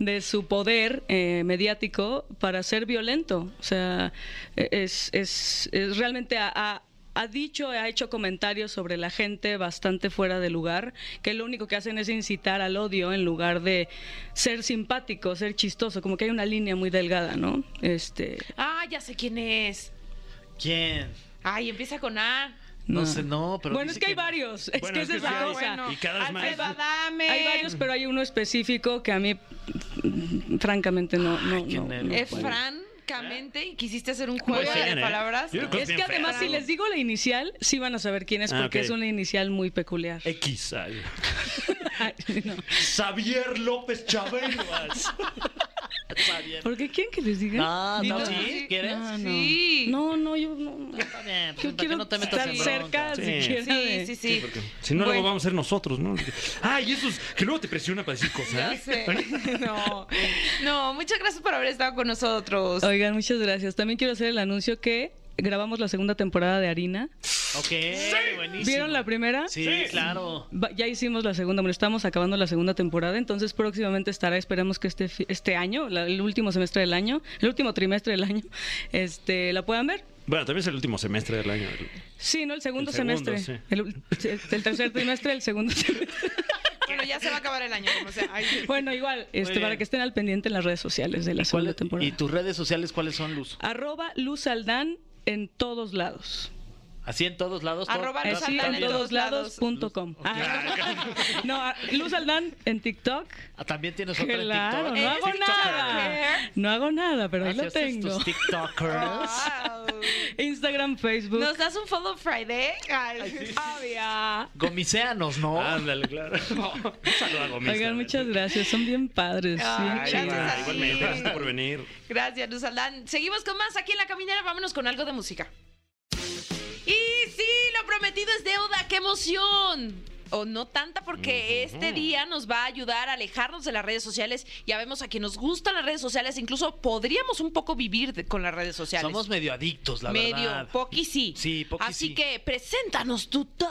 Speaker 4: de su poder eh, mediático para ser violento. O sea, eh, es, es- es realmente ha- ha- ha dicho, ha hecho comentarios sobre la gente bastante fuera de lugar, que lo único que hacen es incitar al odio en lugar de ser simpático, ser chistoso, como que hay una línea muy delgada, ¿no? Este,
Speaker 1: Ah, ya sé quién es.
Speaker 3: ¿Quién?
Speaker 1: Ay, empieza con A.
Speaker 3: No sé, no, pero
Speaker 4: Bueno,
Speaker 3: dice
Speaker 4: es que hay
Speaker 3: que no.
Speaker 4: varios. Es
Speaker 7: Bueno,
Speaker 4: que
Speaker 7: es
Speaker 4: esa
Speaker 7: que
Speaker 4: es
Speaker 7: sí
Speaker 4: la
Speaker 7: hay.
Speaker 4: cosa.
Speaker 7: Y cada vez más.
Speaker 1: Alfredo Adame.
Speaker 4: Hay varios, pero hay uno específico que a mí, mm, francamente, no. no,
Speaker 3: qué
Speaker 4: no, no
Speaker 3: nervio.
Speaker 4: puedo.
Speaker 1: Efrancamente, y quisiste hacer un juego
Speaker 7: Muy
Speaker 1: de
Speaker 7: bien, ¿eh?
Speaker 1: palabras.
Speaker 7: Yo creo que
Speaker 4: Es que
Speaker 7: bien feo.
Speaker 4: además, si les digo la inicial, sí van a saber quién es,
Speaker 7: Ah,
Speaker 4: porque
Speaker 7: ok.
Speaker 4: es una inicial muy peculiar.
Speaker 3: Eh,
Speaker 7: X. ay.
Speaker 4: Ay, no.
Speaker 7: Xavier López Chabelas.
Speaker 3: Está bien.
Speaker 4: ¿Por qué quieren que les diga?
Speaker 3: No, no,
Speaker 1: Dinos.
Speaker 3: ¿sí? ¿Quieres?
Speaker 4: No, no.
Speaker 1: Sí.
Speaker 4: No, no, yo no. no.
Speaker 3: Está bien, pues,
Speaker 4: Yo
Speaker 3: para
Speaker 4: quiero
Speaker 3: que no te metas
Speaker 4: estar
Speaker 3: en
Speaker 4: cerca
Speaker 3: bronca.
Speaker 7: Sí.
Speaker 4: siquiera. de-
Speaker 1: Sí, sí, sí.
Speaker 7: Si no,
Speaker 1: Bueno.
Speaker 7: luego vamos a ser nosotros, ¿no? Ah, y esos que luego te presiona para decir
Speaker 1: Ya
Speaker 7: cosas.
Speaker 1: sé. No. No, muchas gracias por haber estado con nosotros.
Speaker 4: Oigan, muchas gracias. También quiero hacer el anuncio que grabamos la segunda temporada de Harina.
Speaker 3: Ok, buenísimo.
Speaker 4: ¿Vieron la primera?
Speaker 3: Sí, claro.
Speaker 4: Va- Ya hicimos la segunda, bueno, estamos acabando la segunda temporada, entonces próximamente estará, esperemos que este, fi- este año, la- el último semestre del año, el último trimestre del año, este, la puedan ver.
Speaker 7: Bueno, también es el último semestre del año.
Speaker 4: Sí, ¿no? El segundo,
Speaker 7: El segundo,
Speaker 4: semestre.
Speaker 7: sí.
Speaker 4: El, ul- el tercer trimestre, el segundo semestre.
Speaker 1: Bueno, ya se va a acabar el año. como sea. Ay, sí.
Speaker 4: Bueno, igual, este,
Speaker 3: bien.
Speaker 4: para que estén al pendiente en las redes sociales de la segunda temporada.
Speaker 3: ¿Y tus redes sociales cuáles son, Luz?
Speaker 4: Arroba Luz Aldán en todos lados.
Speaker 3: Así en todos lados. todo-
Speaker 1: Arroba Luz
Speaker 4: Así
Speaker 1: Aldán
Speaker 4: en
Speaker 1: en
Speaker 4: todos
Speaker 1: todos
Speaker 4: lados
Speaker 1: lados.
Speaker 4: punto com. Ah, no, a- Luz Aldán en TikTok.
Speaker 3: Ah, También tienes otra
Speaker 4: Claro,
Speaker 3: en
Speaker 4: no
Speaker 3: TikTok.
Speaker 4: hago
Speaker 1: Eres
Speaker 4: nada.
Speaker 1: TikToker.
Speaker 4: No hago nada, pero ahí lo
Speaker 3: Gracias a estos
Speaker 4: tengo.
Speaker 3: TikTokers.
Speaker 1: Wow.
Speaker 4: Instagram, Facebook.
Speaker 1: ¿Nos das un follow Friday? Ay, obvia.
Speaker 3: Gomiseanos,
Speaker 1: Oh.
Speaker 3: ¿no?
Speaker 4: Ah.
Speaker 7: Ándale, claro. Un saludo a Gómez.
Speaker 4: Oigan, muchas gracias. Son bien padres. bien
Speaker 1: Ay, gracias a
Speaker 4: chidos.
Speaker 1: ti.
Speaker 7: Ah, Igualmente, gracias por venir.
Speaker 1: Gracias, Luz Aldán. Seguimos con más aquí en La Caminera. Vámonos con algo de música. Y sí, lo prometido es deuda, qué emoción. O no tanta porque este día nos va a ayudar a alejarnos de las redes sociales. Ya vemos a quien nos gustan las redes sociales, incluso podríamos un poco vivir de- con las redes sociales.
Speaker 3: Somos medio adictos, la
Speaker 1: medio,
Speaker 3: verdad.
Speaker 1: poqui sí.
Speaker 3: Sí, poqui
Speaker 1: Así
Speaker 3: sí.
Speaker 1: que preséntanos tu top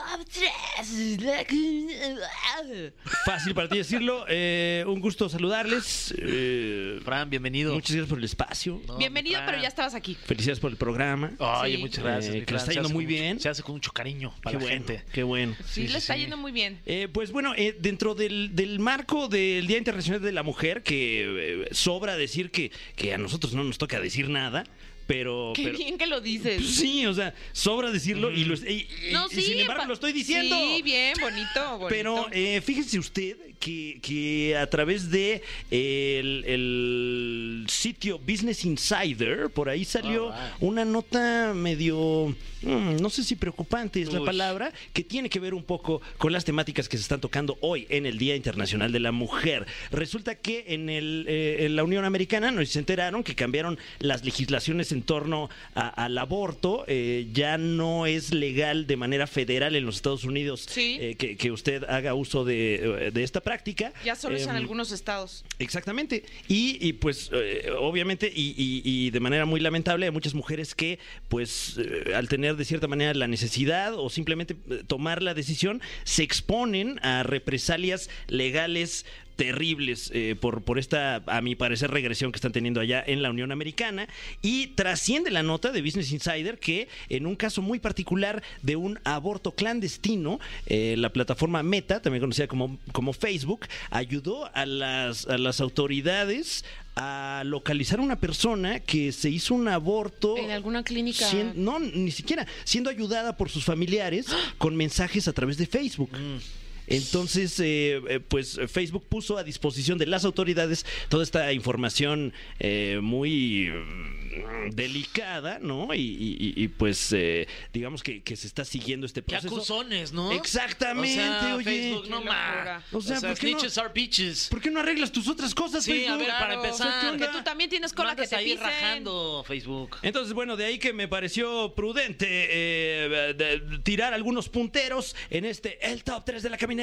Speaker 1: 3.
Speaker 2: Fácil para ti decirlo. eh, un gusto saludarles. eh,
Speaker 3: Fran, bienvenido.
Speaker 2: muchas gracias por el espacio.
Speaker 3: No, Oh, mi
Speaker 1: Bienvenido,
Speaker 3: Fran.
Speaker 1: pero ya estabas aquí.
Speaker 2: Felicidades por el programa.
Speaker 3: Oye,
Speaker 1: Sí.
Speaker 3: muchas gracias.
Speaker 2: Eh,
Speaker 3: mi
Speaker 2: que le
Speaker 3: Fran.
Speaker 2: está
Speaker 3: Se
Speaker 2: yendo
Speaker 3: hace
Speaker 2: muy
Speaker 3: con mucho-
Speaker 2: bien.
Speaker 3: se hace con mucho cariño para
Speaker 2: Qué
Speaker 3: la
Speaker 2: bueno,
Speaker 3: gente.
Speaker 2: Qué bueno.
Speaker 1: Sí, le está
Speaker 2: sí.
Speaker 1: yendo muy bien.
Speaker 2: Eh, pues bueno, eh, dentro del, del marco del Día Internacional de la Mujer, que eh, sobra decir que, que a nosotros no nos toca decir nada, pero...
Speaker 1: Qué
Speaker 2: pero-
Speaker 1: bien que lo dices.
Speaker 2: Pues sí, o sea, sobra decirlo y, lo, es- y- y-
Speaker 1: no,
Speaker 2: y
Speaker 1: sí,
Speaker 2: sin embargo
Speaker 1: pa-
Speaker 2: lo estoy diciendo.
Speaker 1: Sí, bien, bonito, bonito.
Speaker 2: Pero eh, fíjese usted que, que a través de eh, el, el sitio Business Insider, por ahí salió
Speaker 3: Ah,
Speaker 2: una nota medio, mm, no sé si preocupante es la
Speaker 3: Uy.
Speaker 2: palabra, que tiene que ver un poco con las temáticas que se están tocando hoy en el Día Internacional de la Mujer. Resulta que en, el, eh, en la Unión Americana nos se enteraron que cambiaron las legislaciones en torno a- al aborto. eh, ya no es legal de manera federal en los Estados Unidos
Speaker 1: Sí.
Speaker 2: eh, que, que usted haga uso de, eh, de esta práctica.
Speaker 1: ya solo es en
Speaker 2: Em,
Speaker 1: algunos estados.
Speaker 2: Exactamente. Y, y, pues, eh, obviamente, y, y- y de manera muy lamentable, hay muchas mujeres que, pues, eh, al tener de cierta manera la necesidad o simplemente eh, tomar la decisión, se exponen a represalias legales terribles eh, por, por esta, a mi parecer, regresión que están teniendo allá en la Unión Americana. Y trasciende la nota de Business Insider que en un caso muy particular de un aborto clandestino, eh, la plataforma Meta, también conocida como, como Facebook, ayudó a las, a las autoridades a localizar a una persona que se hizo un aborto
Speaker 1: En alguna clínica.
Speaker 2: sien- no, ni siquiera, siendo ayudada por sus familiares con mensajes a través de Facebook.
Speaker 3: Mm.
Speaker 2: Entonces, eh, eh, pues Facebook puso a disposición de las autoridades toda esta información eh, muy mm, delicada, ¿no? Y, y- y- y, pues eh, digamos que, que se está siguiendo este
Speaker 3: Qué
Speaker 2: proceso.
Speaker 3: acusones, ¿no?
Speaker 2: Exactamente,
Speaker 3: O sea,
Speaker 2: oye.
Speaker 3: Facebook, no
Speaker 1: Qué
Speaker 3: más.
Speaker 1: locura.
Speaker 2: O sea, ¿por qué no-
Speaker 3: snitches are bitches.
Speaker 2: ¿Por qué no arreglas tus otras cosas,
Speaker 3: Sí, a
Speaker 2: Facebook?
Speaker 3: ver, para
Speaker 1: Claro,
Speaker 3: empezar.
Speaker 1: porque tú también tienes
Speaker 3: No
Speaker 1: cola que
Speaker 3: andes
Speaker 1: te
Speaker 3: ahí
Speaker 1: pisen.
Speaker 3: rajando, Facebook.
Speaker 2: Entonces, bueno, de ahí que me pareció prudente eh, de- de tirar algunos punteros en este El Top 3 de la Caminera,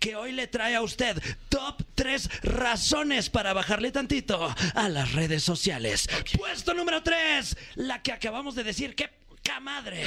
Speaker 2: que hoy le trae a usted Top 3 razones para bajarle tantito a las redes sociales. Puesto número 3, la que acabamos de decir, ¡qué poca madre!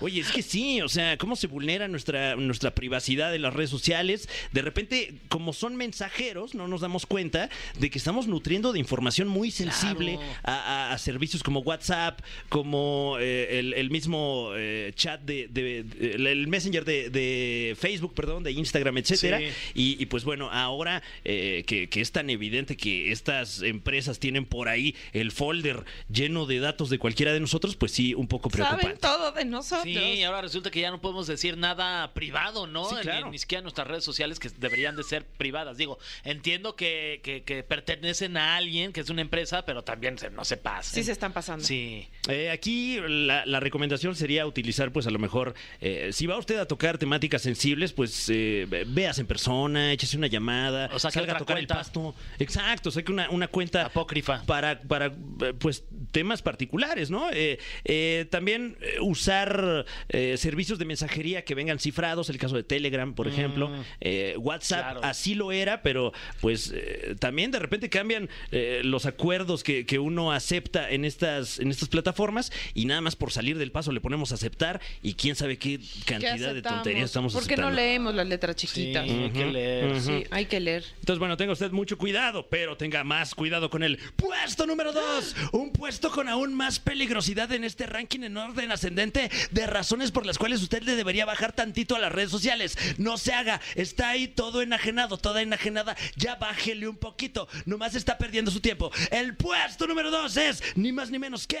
Speaker 2: Oye, es que sí, o sea, cómo se vulnera nuestra, nuestra privacidad en las redes sociales. De repente, como son mensajeros, no nos damos cuenta de que estamos nutriendo de información muy sensible
Speaker 3: Claro.
Speaker 2: a, a- a servicios como WhatsApp, como eh, el, el mismo eh, chat de, de- de- el- el Messenger de, de Facebook, perdón, de Instagram, etcétera.
Speaker 3: Sí.
Speaker 2: Y, y, pues bueno, ahora eh, que, que es tan evidente que estas empresas tienen por ahí el folder lleno de datos de cualquiera de nosotros, pues sí, un poco preocupante.
Speaker 1: Saben todo de nosotros.
Speaker 3: Sí, ahora resulta que ya no podemos decir nada privado, ¿no?
Speaker 2: Sí,
Speaker 3: Ni-
Speaker 2: claro.
Speaker 3: Ni, siquiera nuestras redes sociales que deberían de ser privadas. Digo, entiendo que, que- que pertenecen a alguien, que es una empresa, pero también se- no se pasa.
Speaker 1: Sí se están pasando.
Speaker 3: Sí.
Speaker 2: Eh, aquí la, la recomendación sería utilizar, pues a lo mejor, eh, si va usted a tocar temáticas sensibles, pues eh, ve- veas en persona, échese una llamada,
Speaker 3: O sea, que
Speaker 2: salga a
Speaker 3: otra
Speaker 2: tocar
Speaker 3: cuenta.
Speaker 2: el pasto. Exacto, saque una, una cuenta
Speaker 3: Apócrifa.
Speaker 2: para, para eh, pues temas particulares, ¿no? Eh, eh, también eh, usar eh, servicios de mensajería que vengan cifrados, el caso de Telegram, por ejemplo,
Speaker 3: Mm.
Speaker 2: Eh, WhatsApp,
Speaker 3: Claro.
Speaker 2: así lo era, pero pues eh, también de repente cambian eh, los acuerdos que, que uno acepta en estas, en estas plataformas y nada más por salir del paso le ponemos aceptar y quién sabe qué
Speaker 1: ¿Qué
Speaker 2: cantidad de
Speaker 1: aceptamos?
Speaker 2: tonterías estamos
Speaker 1: ¿Por qué no
Speaker 2: aceptando.
Speaker 1: leemos las letras
Speaker 3: Sí,
Speaker 1: chiquitas?
Speaker 3: hay que leer.
Speaker 1: Sí, hay que leer.
Speaker 2: Entonces, bueno, tenga usted mucho cuidado, pero tenga más cuidado con el puesto número 2. Un puesto con aún más peligrosidad en este ranking en orden ascendente de razones por las cuales usted le debería bajar tantito a las redes sociales. No se haga, está ahí todo enajenado, toda enajenada. Ya bájele un poquito, nomás está perdiendo su tiempo. El puesto número 2 es ni más ni menos que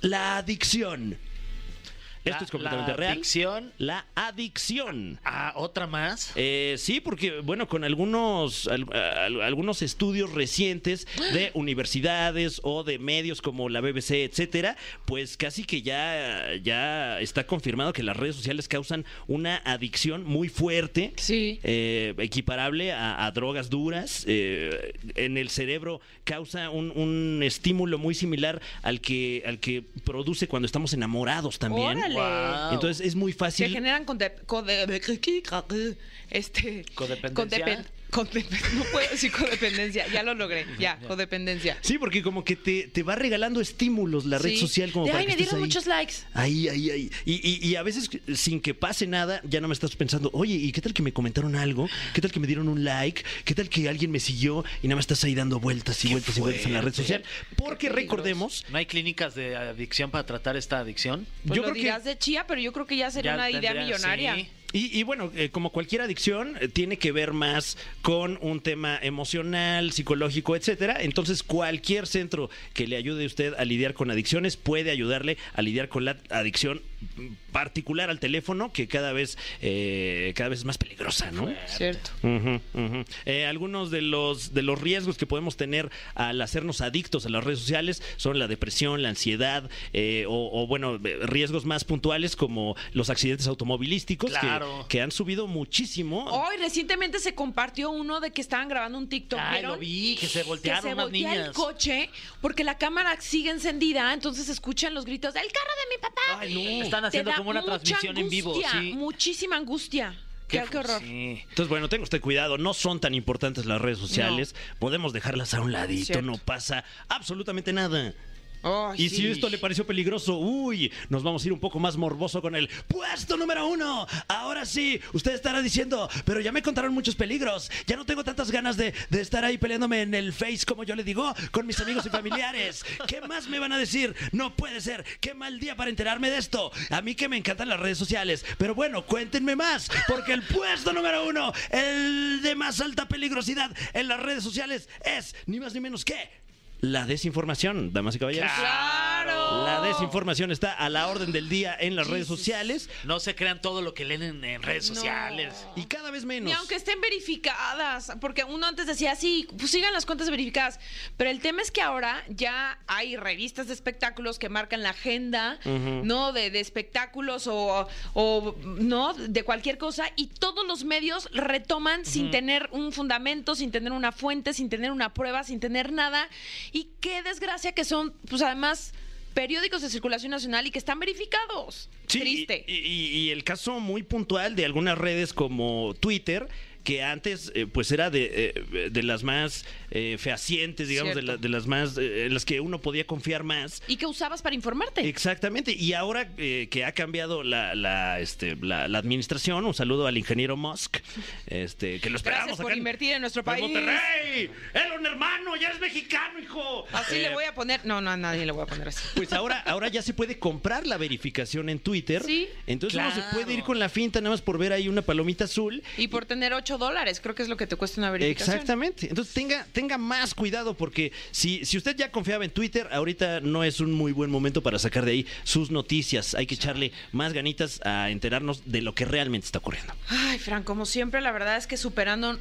Speaker 2: la adicción.
Speaker 3: La-
Speaker 2: Esto es completamente
Speaker 3: la
Speaker 2: real.
Speaker 3: adicción
Speaker 2: La adicción.
Speaker 3: a Ah, otra más.
Speaker 2: Eh, sí, porque, bueno, con algunos, al- al- algunos estudios recientes de universidades o de medios como la BBC, etcétera, pues casi que ya, ya está confirmado que las redes sociales causan una adicción muy fuerte.
Speaker 1: Sí.
Speaker 2: eh, equiparable a, a drogas duras eh, en el cerebro causa un, un estímulo muy similar al que al que produce cuando estamos enamorados también
Speaker 4: Órale.
Speaker 3: Guau.
Speaker 2: Entonces es muy
Speaker 1: Que
Speaker 2: fácil.
Speaker 1: generan conde- code- este,
Speaker 3: Codependencia.
Speaker 1: condepen- condepen- no puedo decir codependencia, ya lo logré, ya, codependencia.
Speaker 2: Sí, porque como que te, te va regalando estímulos la red
Speaker 1: Sí.
Speaker 2: social como
Speaker 1: De,
Speaker 2: para
Speaker 1: "Ay,
Speaker 2: que
Speaker 1: me
Speaker 2: estés
Speaker 1: dieron
Speaker 2: ahí.
Speaker 1: muchos likes.
Speaker 2: Ahí, ahí, ahí. Y, y- y a veces sin que pase nada, ya no me estás pensando, oye, ¿y qué tal que me comentaron algo? ¿Qué tal que me dieron un like? ¿Qué tal que alguien me siguió? Y nada más estás ahí dando vueltas y vueltas y vueltas en la red social. Porque recordemos,
Speaker 3: ¿No hay clínicas de adicción para tratar esta adicción?
Speaker 1: Pues lo
Speaker 2: yo creo que...
Speaker 1: dirás de chía, pero yo creo que ya sería
Speaker 3: Ya
Speaker 1: una idea
Speaker 3: tendrían-
Speaker 1: millonaria.
Speaker 3: sí.
Speaker 2: Y, y bueno, eh, como cualquier adicción, eh, tiene que ver más con un tema emocional, psicológico, etcétera. Entonces, cualquier centro que le ayude a usted a lidiar con adicciones puede ayudarle a lidiar con la adicción mm, particular al teléfono, que cada vez, eh, cada vez es más peligrosa, ¿no?
Speaker 1: Cierto.
Speaker 2: Ujú, ujú. Eh, algunos de los, de los riesgos que podemos tener al hacernos adictos a las redes sociales son la depresión, la ansiedad eh, o, o, bueno, eh, riesgos más puntuales como los accidentes automovilísticos que-
Speaker 3: Claro.
Speaker 2: que, han subido muchísimo.
Speaker 1: Hoy recientemente se compartió uno de que estaban grabando un TikTok.
Speaker 3: Ay,
Speaker 1: ¿vieron?
Speaker 3: lo vi, que se
Speaker 1: Que
Speaker 3: voltearon
Speaker 1: se
Speaker 3: unas
Speaker 1: voltea
Speaker 3: niñas.
Speaker 1: el coche porque la cámara sigue encendida, entonces se escuchan los gritos del carro de mi papá.
Speaker 3: Ay, no. Están
Speaker 1: Te
Speaker 3: haciendo
Speaker 1: da
Speaker 3: como una
Speaker 1: mucha
Speaker 3: transmisión en vivo,
Speaker 1: angustia,
Speaker 3: sí.
Speaker 1: Muchísima angustia. Qué, qué
Speaker 3: fu-
Speaker 1: horror.
Speaker 3: sí.
Speaker 2: Entonces, bueno, tenga usted cuidado, no son tan importantes las redes sociales, podemos dejarlas a un ladito,
Speaker 1: Cierto.
Speaker 2: no pasa absolutamente nada.
Speaker 1: Ay,
Speaker 2: Y
Speaker 1: sí.
Speaker 2: si esto le pareció peligroso, uy, nos vamos a ir un poco más morboso con el puesto número uno. Ahora sí, usted estará diciendo, pero ya me contaron muchos peligros. Ya no tengo tantas ganas de, de estar ahí peleándome en el Face, como yo le digo, con mis amigos y familiares. ¿Qué más me van a decir? No puede ser. Qué mal día para enterarme de esto. A mí que me encantan las redes sociales. Pero bueno, cuéntenme más, porque el puesto número uno, el de más alta peligrosidad en las redes sociales, es ni más ni menos que... La desinformación, damas y caballeros.
Speaker 1: ¡Claro!
Speaker 2: La desinformación está a la orden del día en las redes sociales
Speaker 3: No se crean todo lo que leen en, en redes
Speaker 1: No.
Speaker 3: sociales.
Speaker 2: y cada vez menos.
Speaker 1: Ni aunque estén verificadas, porque uno antes decía, sí, pues sigan las cuentas verificadas, pero el tema es que ahora ya hay revistas de espectáculos que marcan la agenda, ¿no? De, de espectáculos o, o, ¿no? De cualquier cosa, y todos los medios retoman sin tener un fundamento, sin tener una fuente, sin tener una prueba, sin tener nada, y qué desgracia que son, pues además, periódicos de circulación nacional y que están verificados.
Speaker 2: Sí,
Speaker 1: Triste.
Speaker 2: Y, y- y el caso muy puntual de algunas redes como Twitter que antes eh, pues era de, eh, de las más eh, fehacientes, digamos, de,
Speaker 1: Cierto.
Speaker 2: la- de las más, eh, en las que uno podía confiar más.
Speaker 1: ¿Y qué usabas para informarte?
Speaker 2: Exactamente, y ahora eh, que ha cambiado la, la, este, la, la administración, un saludo al ingeniero Musk, este, que lo esperamos
Speaker 1: Gracias por
Speaker 2: acá en-
Speaker 1: invertir en nuestro
Speaker 2: ¡Pues
Speaker 1: país.
Speaker 2: Monterrey! ¡Elon, hermano! ¡Ya eres mexicano, hijo! Eh,
Speaker 1: Así le voy a poner. No, no, a nadie le voy a poner así.
Speaker 2: Pues ahora, ahora ya se puede comprar la verificación en Twitter.
Speaker 1: Sí.
Speaker 2: Entonces uno
Speaker 3: Claro.
Speaker 2: se puede ir con la finta nada más por ver ahí una palomita azul.
Speaker 1: Y por tener 8 dólares, creo que es lo que te cuesta una verificación.
Speaker 2: Exactamente. Entonces tenga, tenga más cuidado porque si, si usted ya confiaba en Twitter, ahorita no es un muy buen momento para sacar de ahí sus noticias. Hay que echarle más ganitas a enterarnos de lo que realmente está ocurriendo.
Speaker 1: Ay, Fran, como siempre, la verdad es que superando.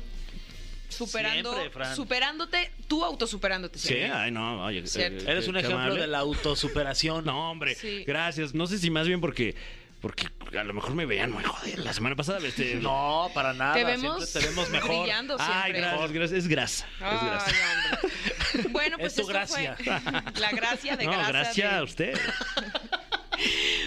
Speaker 1: Superando.
Speaker 3: Siempre, Fran.
Speaker 1: Superándote, tú autosuperándote.
Speaker 2: Sí,
Speaker 1: siempre.
Speaker 2: ay, no, oye,
Speaker 1: Cierto.
Speaker 2: eh,
Speaker 3: Eres un
Speaker 2: qué
Speaker 3: ejemplo
Speaker 2: amable.
Speaker 3: de la autosuperación.
Speaker 2: No, hombre,
Speaker 1: Sí.
Speaker 2: gracias. No sé si más bien porque porque a lo mejor me veían muy joder. La semana pasada este
Speaker 3: No, para nada.
Speaker 1: Te
Speaker 3: siempre
Speaker 1: vemos
Speaker 3: te vemos mejor.
Speaker 1: brillando
Speaker 2: Ay,
Speaker 1: siempre.
Speaker 2: gracias, gracias. Es grasa.
Speaker 1: Ay,
Speaker 2: Es grasa.
Speaker 1: hombre. Bueno, pues
Speaker 3: Es tu
Speaker 1: esto
Speaker 3: gracia.
Speaker 1: fue la gracia de
Speaker 2: no,
Speaker 1: gracia.
Speaker 2: gracias
Speaker 1: de-
Speaker 2: a usted.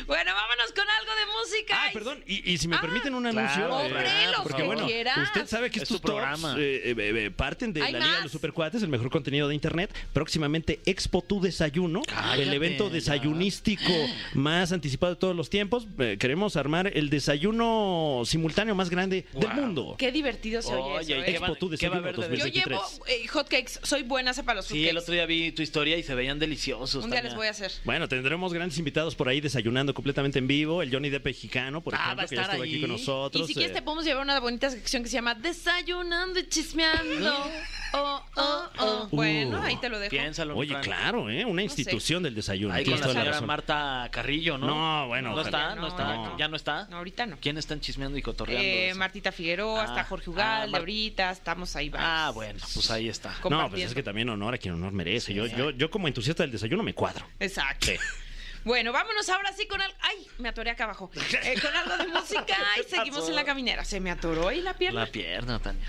Speaker 1: Bueno, vámonos con algo de música.
Speaker 2: Ah, perdón. Y, y si me
Speaker 1: Ah,
Speaker 2: permiten un
Speaker 3: claro,
Speaker 2: anuncio. eh,
Speaker 3: hombre, los
Speaker 2: porque
Speaker 3: que
Speaker 2: bueno,
Speaker 1: quieras.
Speaker 2: usted sabe que
Speaker 3: Es
Speaker 2: estos
Speaker 3: tu programa.
Speaker 2: tops, eh, eh, eh, parten de
Speaker 1: Hay
Speaker 2: la Liga
Speaker 1: más.
Speaker 2: de los Supercuates, el mejor contenido de internet. Próximamente Expo Tu Desayuno,
Speaker 3: Cállate,
Speaker 2: el evento
Speaker 3: ya.
Speaker 2: desayunístico más anticipado de todos los tiempos. Eh, queremos armar el desayuno simultáneo más grande del mundo.
Speaker 1: Qué divertido se oye,
Speaker 3: Oye,
Speaker 1: eso,
Speaker 3: ¿y
Speaker 1: ¿eh?
Speaker 3: qué va,
Speaker 2: Expo Tu
Speaker 3: qué va a
Speaker 2: Desayuno
Speaker 3: haber de
Speaker 2: 2023?
Speaker 1: Yo
Speaker 3: desayuno?
Speaker 1: llevo eh, hotcakes, soy buena para los
Speaker 3: Sí, el
Speaker 1: hotcakes.
Speaker 3: otro día vi tu historia y se veían deliciosos.
Speaker 1: Un día
Speaker 3: Tania.
Speaker 1: les voy a hacer.
Speaker 2: Bueno, tendremos grandes invitados por ahí desayunando completamente en vivo. El Johnny Depp mexicano, por
Speaker 3: Ah, va a
Speaker 2: ejemplo, que ya
Speaker 3: estar
Speaker 2: estuvo
Speaker 3: ahí.
Speaker 2: aquí con nosotros.
Speaker 1: Y si quieres
Speaker 2: eh,
Speaker 1: te podemos llevar una bonita sección que se llama Desayunando y chismeando. Oh, oh, oh. Bueno,
Speaker 2: Uh,
Speaker 1: ahí te lo dejo.
Speaker 3: Piénsalo. mi
Speaker 2: Oye,
Speaker 3: Fran.
Speaker 2: claro, ¿eh? Una institución del desayuno.
Speaker 3: Ahí con
Speaker 2: Tienes
Speaker 3: la
Speaker 2: toda la
Speaker 3: señora
Speaker 2: razón.
Speaker 3: Marta Carrillo, ¿no?
Speaker 2: No, bueno,
Speaker 3: No
Speaker 2: ojalá.
Speaker 3: está, no está.
Speaker 2: No.
Speaker 3: ¿Ya no está?
Speaker 1: No, ahorita no.
Speaker 3: ¿Quién están chismeando y cotorreando?
Speaker 1: Eh,
Speaker 3: eso?
Speaker 1: Martita Figueroa,
Speaker 3: Ah,
Speaker 1: está Jorge
Speaker 3: ah,
Speaker 1: Ugal,
Speaker 3: Mar-
Speaker 1: ahorita estamos ahí varios.
Speaker 3: Ah, bueno, pues ahí está.
Speaker 2: No, pues es
Speaker 1: compartiendo.
Speaker 2: que también honor a quien honor merece. Yo, yo, yo como entusiasta del desayuno me cuadro.
Speaker 1: Exacto. Bueno, vámonos ahora sí con algo. ¡Ay! Me atoré acá abajo. Eh, con algo de música y seguimos en la caminera. Se me atoró ahí la pierna.
Speaker 3: La pierna, Tania.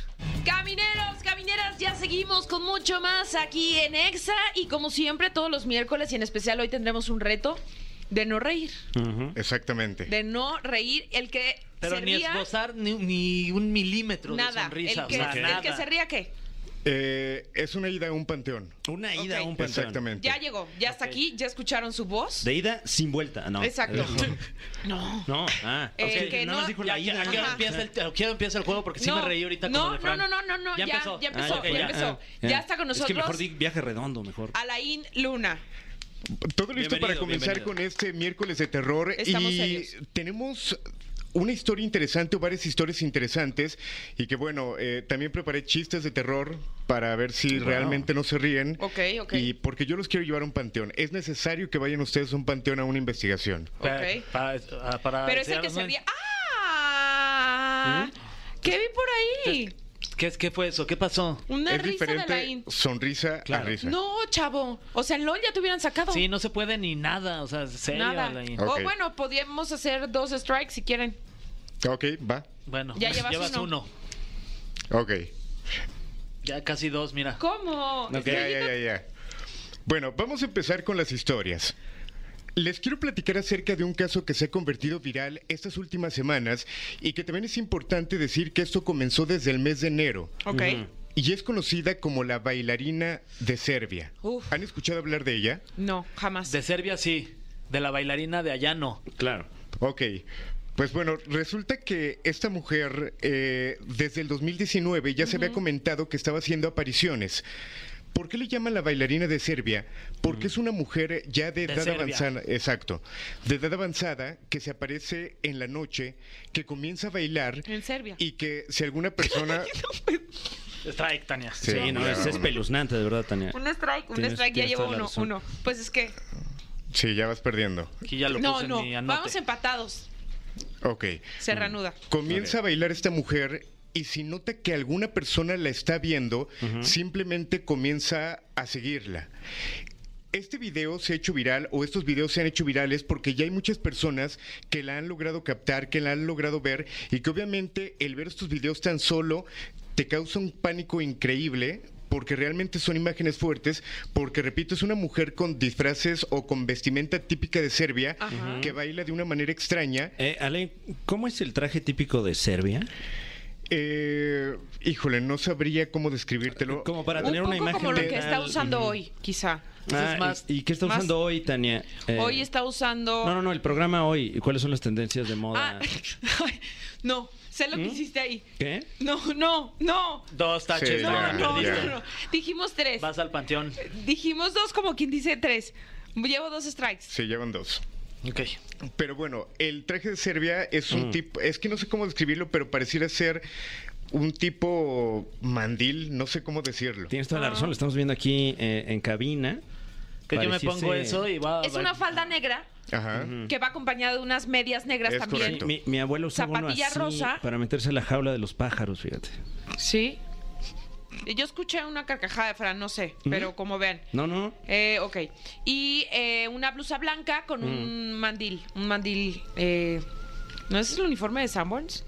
Speaker 1: Camineros, camineras, ya seguimos con mucho más aquí en EXA y como siempre todos los miércoles y en especial hoy tendremos un reto de no reír,
Speaker 8: Exactamente.
Speaker 1: de no reír, el que
Speaker 3: Pero
Speaker 1: se
Speaker 3: ni
Speaker 1: ría
Speaker 3: esbozar ni, ni un milímetro de
Speaker 1: nada,
Speaker 3: sonrisa.
Speaker 1: el, que,
Speaker 3: o sea,
Speaker 1: el
Speaker 3: nada.
Speaker 1: que se ría qué,
Speaker 8: Eh, es una ida a un panteón.
Speaker 7: Una ida a
Speaker 1: Ok.
Speaker 7: un panteón.
Speaker 8: Exactamente.
Speaker 1: ya llegó, ya está aquí, ya escucharon su voz,
Speaker 7: De ida sin vuelta, no.
Speaker 1: exacto,
Speaker 7: No. No, ah.
Speaker 1: Eh,
Speaker 7: ok,
Speaker 1: que
Speaker 7: nada más
Speaker 1: no-
Speaker 7: dijo
Speaker 3: Ya,
Speaker 7: la
Speaker 3: ya,
Speaker 7: ida.
Speaker 3: ¿a qué hora
Speaker 1: Ajá.
Speaker 3: empieza el, a qué hora empieza el juego? Porque sí
Speaker 1: no,
Speaker 3: me reí ahorita
Speaker 1: no,
Speaker 3: como de
Speaker 1: no,
Speaker 3: Fran.
Speaker 1: no, no, no, no, ya, ya empezó, ya,
Speaker 3: Ah, ok,
Speaker 1: empezó. Ya está con
Speaker 7: Es que mejor
Speaker 1: nosotros Ah.
Speaker 7: di viaje redondo, mejor.
Speaker 1: Alain Luna.
Speaker 8: Todo listo
Speaker 7: Bienvenido,
Speaker 8: para comenzar
Speaker 7: bienvenido.
Speaker 8: con este miércoles de terror.
Speaker 1: Estamos
Speaker 8: y
Speaker 1: serios.
Speaker 8: tenemos una historia interesante o varias historias interesantes. Y que bueno, eh, también preparé chistes de terror para ver si realmente no se ríen.
Speaker 1: Ok, ok.
Speaker 8: Y porque yo los quiero llevar a un panteón. Es necesario que vayan ustedes a un panteón a una investigación.
Speaker 1: Ok.
Speaker 3: Para, para- para
Speaker 1: Pero es el que se
Speaker 3: enseñarnos-
Speaker 1: ría. ¡Ah!
Speaker 3: ¿Mm?
Speaker 1: ¿Qué vi por ahí?
Speaker 3: ¿Qué, ¿Qué fue eso? ¿Qué pasó?
Speaker 1: Una
Speaker 8: es
Speaker 1: risa de
Speaker 8: diferente
Speaker 1: Alain.
Speaker 8: sonrisa
Speaker 7: Claro.
Speaker 8: a risa.
Speaker 1: No, chavo. O sea, en LOL ya te hubieran sacado.
Speaker 3: Sí, no se puede ni nada. O sea, serio,
Speaker 1: Nada.
Speaker 3: Alain.
Speaker 8: Ok.
Speaker 1: O bueno, podríamos hacer dos strikes si quieren.
Speaker 8: Ok, va.
Speaker 3: Bueno,
Speaker 1: Ya llevas uno.
Speaker 8: Ok.
Speaker 3: Ya casi dos, mira.
Speaker 1: ¿Cómo?
Speaker 8: Ya, ya, ya, ya. Bueno, vamos a empezar con las historias. Les quiero platicar acerca de un caso que se ha convertido viral estas últimas semanas y que también es importante decir que esto comenzó desde el mes de enero
Speaker 1: Ok.
Speaker 8: y es conocida como la bailarina de Serbia.
Speaker 1: Uf.
Speaker 8: ¿Han escuchado hablar de ella?
Speaker 1: No, jamás.
Speaker 3: De Serbia sí. De la bailarina de allá no.
Speaker 7: Claro.
Speaker 8: Ok. Pues bueno, resulta que esta mujer eh, desde el 2019 ya se había comentado que estaba haciendo apariciones. ¿Por qué le llaman la bailarina de Serbia? Porque es una mujer ya de
Speaker 3: De
Speaker 8: edad
Speaker 3: Serbia.
Speaker 8: avanzada, exacto, de edad avanzada que se aparece en la noche, que comienza a bailar
Speaker 1: En Serbia.
Speaker 8: y que si alguna persona
Speaker 3: Strike, Tania.
Speaker 8: Sí,
Speaker 7: Sí, no,
Speaker 8: claro.
Speaker 7: es espeluznante, de verdad, Tania.
Speaker 1: Un strike, un
Speaker 7: Tienes-
Speaker 1: strike, ya
Speaker 7: tienes
Speaker 1: llevo
Speaker 7: toda la
Speaker 1: uno,
Speaker 7: razón.
Speaker 1: uno. Pues es que.
Speaker 8: sí, ya vas perdiendo.
Speaker 3: Aquí ya lo
Speaker 1: No,
Speaker 3: puse en
Speaker 1: no.
Speaker 3: mi anote.
Speaker 1: Vamos empatados.
Speaker 8: Ok.
Speaker 1: Se reanuda.
Speaker 8: Comienza a bailar esta mujer y si nota que alguna persona la está viendo, simplemente comienza a seguirla. Este video se ha hecho viral o estos videos se han hecho virales porque ya hay muchas personas que la han logrado captar, que la han logrado ver y que obviamente el ver estos videos tan solo te causa un pánico increíble porque realmente son imágenes fuertes, porque repito, es una mujer con disfraces o con vestimenta típica de Serbia
Speaker 1: Ajá.
Speaker 8: que baila de una manera extraña
Speaker 7: Eh, Ale, ¿cómo es el traje típico de Serbia?
Speaker 8: Eh, híjole, no sabría cómo describírtelo. Eh,
Speaker 7: Como para
Speaker 1: Un
Speaker 7: tener
Speaker 1: poco
Speaker 7: una imagen
Speaker 1: como lo que está
Speaker 7: mental.
Speaker 1: usando
Speaker 7: Ujú.
Speaker 1: hoy, quizá.
Speaker 7: Ah,
Speaker 3: Es más-
Speaker 7: ¿Y qué está
Speaker 1: más-
Speaker 7: usando hoy, Tania? Eh,
Speaker 1: Hoy está usando.
Speaker 7: No, no, no, el programa hoy. ¿Y ¿Cuáles son las tendencias de moda?
Speaker 1: Ah, ay, no, sé
Speaker 7: ¿Mm?
Speaker 1: lo que hiciste ahí.
Speaker 7: ¿Qué?
Speaker 1: No, no, no.
Speaker 3: Dos
Speaker 8: Sí,
Speaker 3: taches.
Speaker 8: ya,
Speaker 3: Tania,
Speaker 1: No, no,
Speaker 3: perdiste.
Speaker 1: no, no. Dijimos tres.
Speaker 3: Vas al panteón.
Speaker 1: Dijimos dos como quien dice tres. Llevo dos strikes.
Speaker 8: Se llevan dos.
Speaker 3: Ok.
Speaker 8: Pero bueno, el traje de Serbia es
Speaker 7: Mm.
Speaker 8: un tipo, es que no sé cómo describirlo, pero pareciera ser un tipo mandil, no sé cómo decirlo.
Speaker 7: Tienes toda la
Speaker 1: Ah.
Speaker 7: razón, lo estamos viendo aquí eh, en cabina.
Speaker 3: Que yo me
Speaker 7: Pareciese-
Speaker 3: pongo eso y va.
Speaker 1: Es una falda negra
Speaker 8: Ajá.
Speaker 7: Mm.
Speaker 1: que va acompañada de unas medias negras
Speaker 8: Es
Speaker 1: también.
Speaker 8: correcto.
Speaker 7: Mi, mi abuelo usaba uno
Speaker 1: Zapatilla
Speaker 7: así
Speaker 1: rosa.
Speaker 7: para meterse a la jaula de los pájaros, fíjate.
Speaker 1: Sí. Yo escuché una carcajada de Fran, no sé, pero como vean.
Speaker 7: No, no.
Speaker 1: Eh, ok. Y eh, una blusa blanca con un
Speaker 8: Mm.
Speaker 1: mandil. Un mandil. eh, ¿No ese es el uniforme de Sanborns?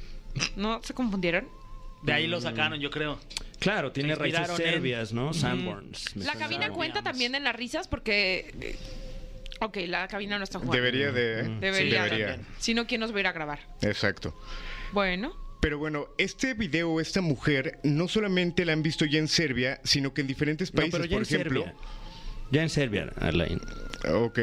Speaker 1: ¿No se confundieron?
Speaker 3: De ahí lo sacaron, yo creo.
Speaker 7: Claro, tiene
Speaker 3: Se
Speaker 7: raíces
Speaker 3: inspiraron en-
Speaker 7: serbias, ¿no? Sanborns. me
Speaker 1: La
Speaker 7: suena.
Speaker 1: cabina cuenta también en las risas porque. eh, Ok, la cabina no está jugando.
Speaker 8: Debería de.
Speaker 1: Debería.
Speaker 8: Sí, debería.
Speaker 1: Si no, ¿quién nos va a ir a grabar?
Speaker 8: Exacto.
Speaker 1: Bueno.
Speaker 8: Pero bueno, este video, esta mujer, no solamente la han visto ya en Serbia, sino que en diferentes
Speaker 7: No,
Speaker 8: países,
Speaker 7: pero ya
Speaker 8: por
Speaker 7: en
Speaker 8: ejemplo.
Speaker 7: Serbia. Ya en Serbia, Alain.
Speaker 8: Ah, Ok.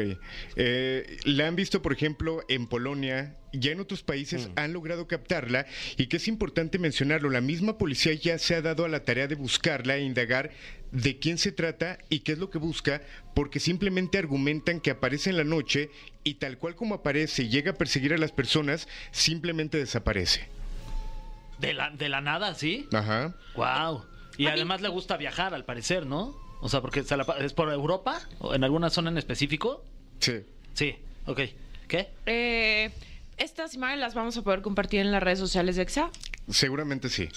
Speaker 8: Eh, la han visto, por ejemplo, en Polonia, ya en otros
Speaker 7: Mm.
Speaker 8: países han logrado captarla y que es importante mencionarlo, la misma policía ya se ha dado a la tarea de buscarla e indagar de quién se trata y qué es lo que busca, porque simplemente argumentan que aparece en la noche y tal cual como aparece y llega a perseguir a las personas, simplemente desaparece.
Speaker 3: De la, de la nada, ¿sí?
Speaker 8: Ajá.
Speaker 3: Wow. Y
Speaker 1: A mí-
Speaker 3: además le gusta viajar, al parecer, ¿no? O sea, porque se la pa- es por Europa, o en alguna zona en específico.
Speaker 8: Sí.
Speaker 3: Sí, ok. ¿Qué?
Speaker 1: Eh, estas imágenes las vamos a poder compartir en las redes sociales de EXA.
Speaker 8: Seguramente sí.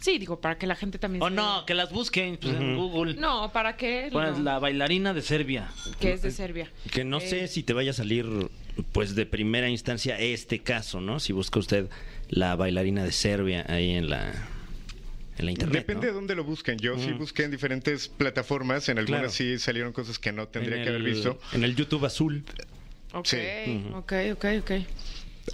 Speaker 1: Sí, digo, para que la gente también...
Speaker 3: O
Speaker 1: se-
Speaker 3: Oh, no, que las busquen pues, en Google.
Speaker 1: No, para que...
Speaker 3: Pones la bailarina de Serbia.
Speaker 1: Que es de Serbia.
Speaker 7: Que no sé
Speaker 1: Eh.
Speaker 7: si te vaya a salir, pues de primera instancia, este caso, ¿no? Si busca usted la bailarina de Serbia ahí en la, en la internet.
Speaker 8: Depende de
Speaker 7: ¿no? Mm.
Speaker 8: dónde lo busquen. Yo sí busqué en diferentes plataformas, en algunas
Speaker 7: Claro.
Speaker 8: sí salieron cosas que no tendría
Speaker 7: En
Speaker 8: que haber
Speaker 7: el-
Speaker 8: visto.
Speaker 7: En el YouTube azul.
Speaker 1: Ok,
Speaker 8: Sí.
Speaker 1: ok, ok, ok.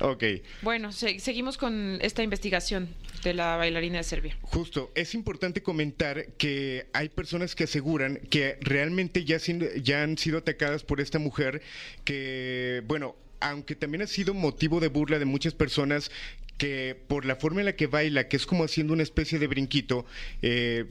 Speaker 8: Ok.
Speaker 1: Bueno, se- seguimos con esta investigación de la bailarina de Serbia.
Speaker 8: Justo, es importante comentar que hay personas que aseguran que realmente ya, sin- ya han sido atacadas por esta mujer que, bueno, aunque también ha sido motivo de burla de muchas personas que por la forma en la que baila, que es como haciendo una especie de brinquito, eh,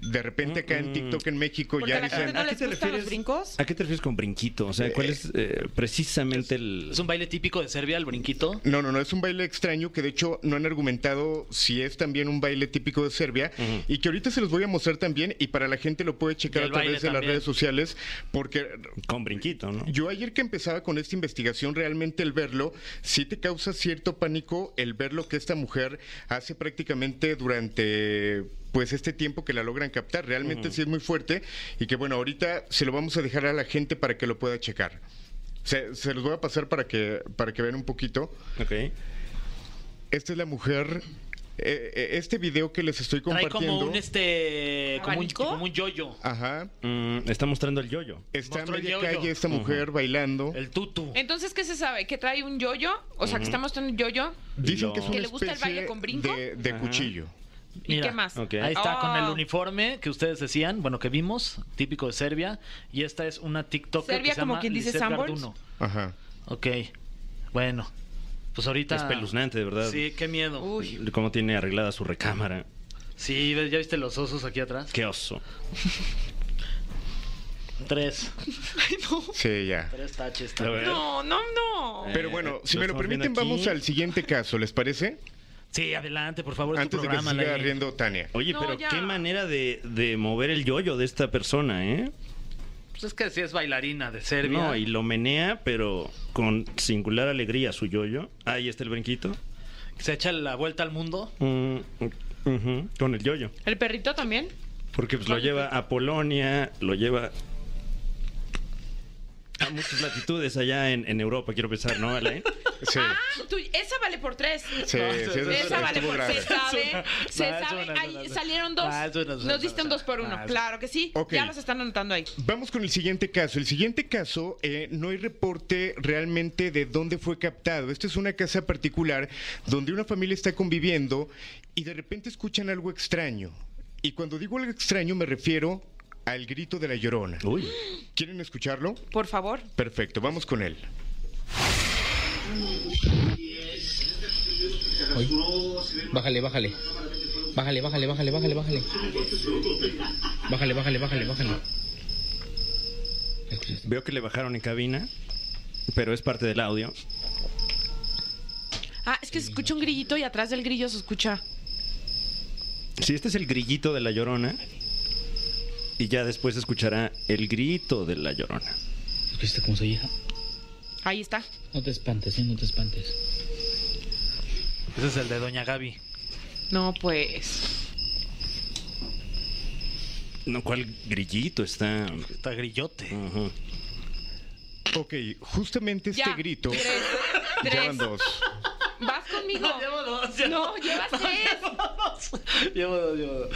Speaker 8: de repente acá en TikTok en México
Speaker 1: Porque
Speaker 8: ya
Speaker 1: a la
Speaker 8: dicen...
Speaker 1: gente no les gustan los brincos?
Speaker 2: ¿A qué te refieres con brinquito? O sea, ¿cuál es eh, precisamente el...?
Speaker 3: ¿Es un baile típico de Serbia, el brinquito?
Speaker 8: No, no, no, es un baile extraño que de hecho no han argumentado si es también un baile típico de Serbia y que ahorita se los voy a mostrar también y para la gente lo puede checar
Speaker 3: Y
Speaker 8: a
Speaker 3: el
Speaker 8: través
Speaker 3: baile
Speaker 8: de las
Speaker 3: también.
Speaker 8: redes sociales porque
Speaker 2: Con brinquito, ¿no?
Speaker 8: yo ayer que empezaba con esta investigación realmente el verlo sí te causa cierto pánico el ver lo que esta mujer hace prácticamente durante pues este tiempo que la logran captar realmente sí es muy fuerte y que bueno ahorita se lo vamos a dejar a la gente para que lo pueda checar. Se, se los voy a pasar para que para que vean un poquito.
Speaker 2: Ok.
Speaker 8: Esta es la mujer. eh, eh, este video que les estoy
Speaker 3: Trae
Speaker 8: compartiendo.
Speaker 3: como un este. Como un,
Speaker 1: ¿Abanico?
Speaker 3: como un yoyo.
Speaker 8: Ajá.
Speaker 2: Mm, está mostrando el yoyo.
Speaker 8: Está en
Speaker 3: Mostró el
Speaker 8: media
Speaker 3: yo-yo.
Speaker 8: calle esta mujer bailando.
Speaker 3: El tutu.
Speaker 1: Entonces, ¿qué se sabe? ¿Que trae un yoyo? O sea, que está mostrando un yoyo.
Speaker 8: Dicen que es
Speaker 2: ¿Que
Speaker 8: una
Speaker 1: le gusta el
Speaker 8: especie
Speaker 1: baile con brinco?
Speaker 8: de, de cuchillo.
Speaker 1: ¿Y
Speaker 3: Mira,
Speaker 1: qué más?
Speaker 2: ok.
Speaker 3: Ahí está con el
Speaker 1: Ah.
Speaker 3: uniforme que ustedes decían, bueno, que vimos, típico de Serbia. Y esta es una TikTok
Speaker 1: Serbia,
Speaker 3: que se
Speaker 1: como
Speaker 3: llama
Speaker 1: quien dice
Speaker 3: Lisette
Speaker 1: Sanborns.
Speaker 3: Garduno.
Speaker 8: Ajá.
Speaker 3: Ok. Bueno, pues ahorita.
Speaker 2: Es espeluznante, de verdad.
Speaker 3: Sí, qué miedo.
Speaker 1: Uy,
Speaker 2: Cómo tiene arreglada su recámara.
Speaker 3: Sí, ¿ves? ¿ya viste los osos aquí atrás?
Speaker 2: Qué oso.
Speaker 3: Tres.
Speaker 8: Sí, ya.
Speaker 3: Tres taches.
Speaker 2: A
Speaker 8: Eh.
Speaker 2: ver.
Speaker 1: no, no, no.
Speaker 8: Pero bueno,
Speaker 2: Eh,
Speaker 8: si
Speaker 2: lo
Speaker 8: me lo
Speaker 2: estamos viendo
Speaker 8: permiten, vamos
Speaker 2: aquí.
Speaker 8: al siguiente caso, ¿les parece?
Speaker 3: Sí, adelante, por favor. es tu
Speaker 8: Antes de que se
Speaker 3: programa,
Speaker 8: siga
Speaker 3: Lali.
Speaker 8: riendo Tania.
Speaker 2: Oye,
Speaker 1: No,
Speaker 2: pero
Speaker 1: ya.
Speaker 2: qué manera de, de mover el yoyo de esta persona, ¿eh?
Speaker 3: Pues es que sí es bailarina de Serbia.
Speaker 2: No, y lo menea, pero con singular alegría su yoyo. Ahí está el brinquito.
Speaker 3: Se echa la vuelta al mundo.
Speaker 2: Mm, ujú, Con el yoyo.
Speaker 1: ¿El perrito también?
Speaker 2: Porque pues, lo lleva a Polonia, lo lleva a muchas latitudes allá en, en Europa, quiero pensar, ¿no, Alain?
Speaker 8: Sí,
Speaker 1: Ah, tú- esa vale por tres.
Speaker 8: sí, sí, eso es-
Speaker 1: Esa vale
Speaker 8: estuvo
Speaker 1: por
Speaker 8: grave.
Speaker 1: se sabe, se
Speaker 3: No, eso
Speaker 1: sabe,
Speaker 3: no, no,
Speaker 1: ahí
Speaker 3: no, no.
Speaker 1: salieron dos,
Speaker 8: Ah,
Speaker 3: No, eso no, eso no,
Speaker 1: nos diste un
Speaker 3: no,
Speaker 1: dos por uno,
Speaker 3: no, eso-
Speaker 1: claro que sí,
Speaker 8: Ok.
Speaker 1: ya los están anotando ahí.
Speaker 8: Vamos con el siguiente caso. El siguiente caso, eh, no hay reporte realmente de dónde fue captado. Esta es una casa particular donde una familia está conviviendo y de repente escuchan algo extraño. Y cuando digo algo extraño me refiero al grito de la llorona.
Speaker 2: Uy.
Speaker 8: ¿Quieren escucharlo?
Speaker 1: Por favor.
Speaker 8: Perfecto, vamos con él.
Speaker 9: Bájale, bájale. Bájale, bájale, bájale, bájale, bájale. Bájale, bájale, bájale, bájale.
Speaker 2: Veo que le bajaron en cabina, pero es parte del audio.
Speaker 1: Ah, es que se escucha un grillito y atrás del grillo se escucha.
Speaker 2: Si este es el grillito de la llorona, y ya después escuchará el grito de la llorona.
Speaker 9: ¿Escuchaste cómo se oía?
Speaker 1: Ahí está.
Speaker 9: No te espantes, ¿eh? no te espantes.
Speaker 3: Ese es el de Doña Gaby.
Speaker 1: No, pues.
Speaker 2: No, ¿cuál grillito está?
Speaker 3: Está grillote.
Speaker 2: Ujú.
Speaker 8: Ok, justamente este
Speaker 1: Ya.
Speaker 8: grito.
Speaker 1: Tres.
Speaker 8: Ya
Speaker 1: Tres.
Speaker 8: van dos.
Speaker 1: Vas conmigo.
Speaker 3: Llevo dos, llevo
Speaker 1: No, llevas tres.
Speaker 3: dos, llevo dos, llevo dos.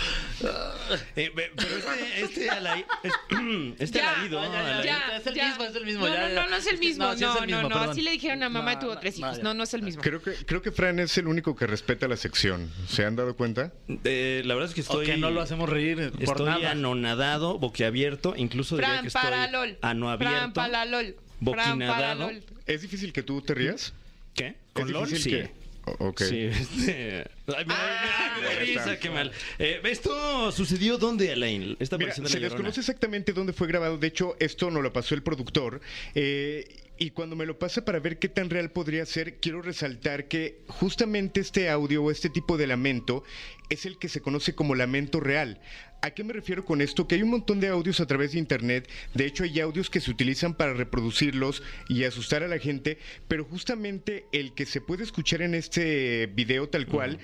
Speaker 2: Eh, ve- pero este, este, ala- es- este
Speaker 1: Ya,
Speaker 2: alarido,
Speaker 3: ya, ya,
Speaker 2: ala-
Speaker 3: ya. es el mismo, es el mismo,
Speaker 1: No,
Speaker 3: ya,
Speaker 1: no,
Speaker 3: ya.
Speaker 1: no, no es el mismo.
Speaker 3: No,
Speaker 1: No,
Speaker 3: sí es el
Speaker 1: no,
Speaker 3: mismo,
Speaker 1: no,
Speaker 3: perdón.
Speaker 1: Así le dijeron a mamá y
Speaker 3: No,
Speaker 1: tuvo
Speaker 3: no,
Speaker 1: tres
Speaker 3: no,
Speaker 1: hijos.
Speaker 3: ya.
Speaker 1: No, no es el mismo.
Speaker 8: Creo que, creo que Fran es el único que respeta la sección. ¿Se han dado cuenta?
Speaker 2: Eh, la verdad es que
Speaker 3: O
Speaker 2: estoy...
Speaker 3: que no lo hacemos reír eh, por
Speaker 2: Estoy
Speaker 3: nada.
Speaker 2: anonadado, boquiabierto, incluso diría
Speaker 1: Fran
Speaker 2: que estoy
Speaker 1: para LOL. Fran
Speaker 2: anoabierto.
Speaker 1: para LOL. Fran para
Speaker 2: boquinadado.
Speaker 1: LOL.
Speaker 8: ¿Es difícil que tú te rías?
Speaker 2: ¿Qué?
Speaker 8: ¿Es
Speaker 2: ¿Con LOL?
Speaker 8: difícil
Speaker 2: Sí.
Speaker 8: que- O- ok.
Speaker 2: Sí, este... Ay, me-
Speaker 1: Ah,
Speaker 2: me da
Speaker 8: ahí está.
Speaker 2: risa, qué mal. Eh, ¿Esto sucedió dónde, Alain? Esta
Speaker 8: Mira,
Speaker 2: aparición de
Speaker 8: se
Speaker 2: la Llorona.
Speaker 8: desconoce exactamente dónde fue grabado. De hecho, esto nos lo pasó el productor. eh, y cuando me lo pasa para ver qué tan real podría ser, quiero resaltar que justamente este audio o este tipo de lamento es el que se conoce como lamento real. ¿A qué me refiero con esto? Que hay un montón de audios a través de internet. De hecho, hay audios que se utilizan para reproducirlos y asustar a la gente. Pero justamente el que se puede escuchar en este video tal cual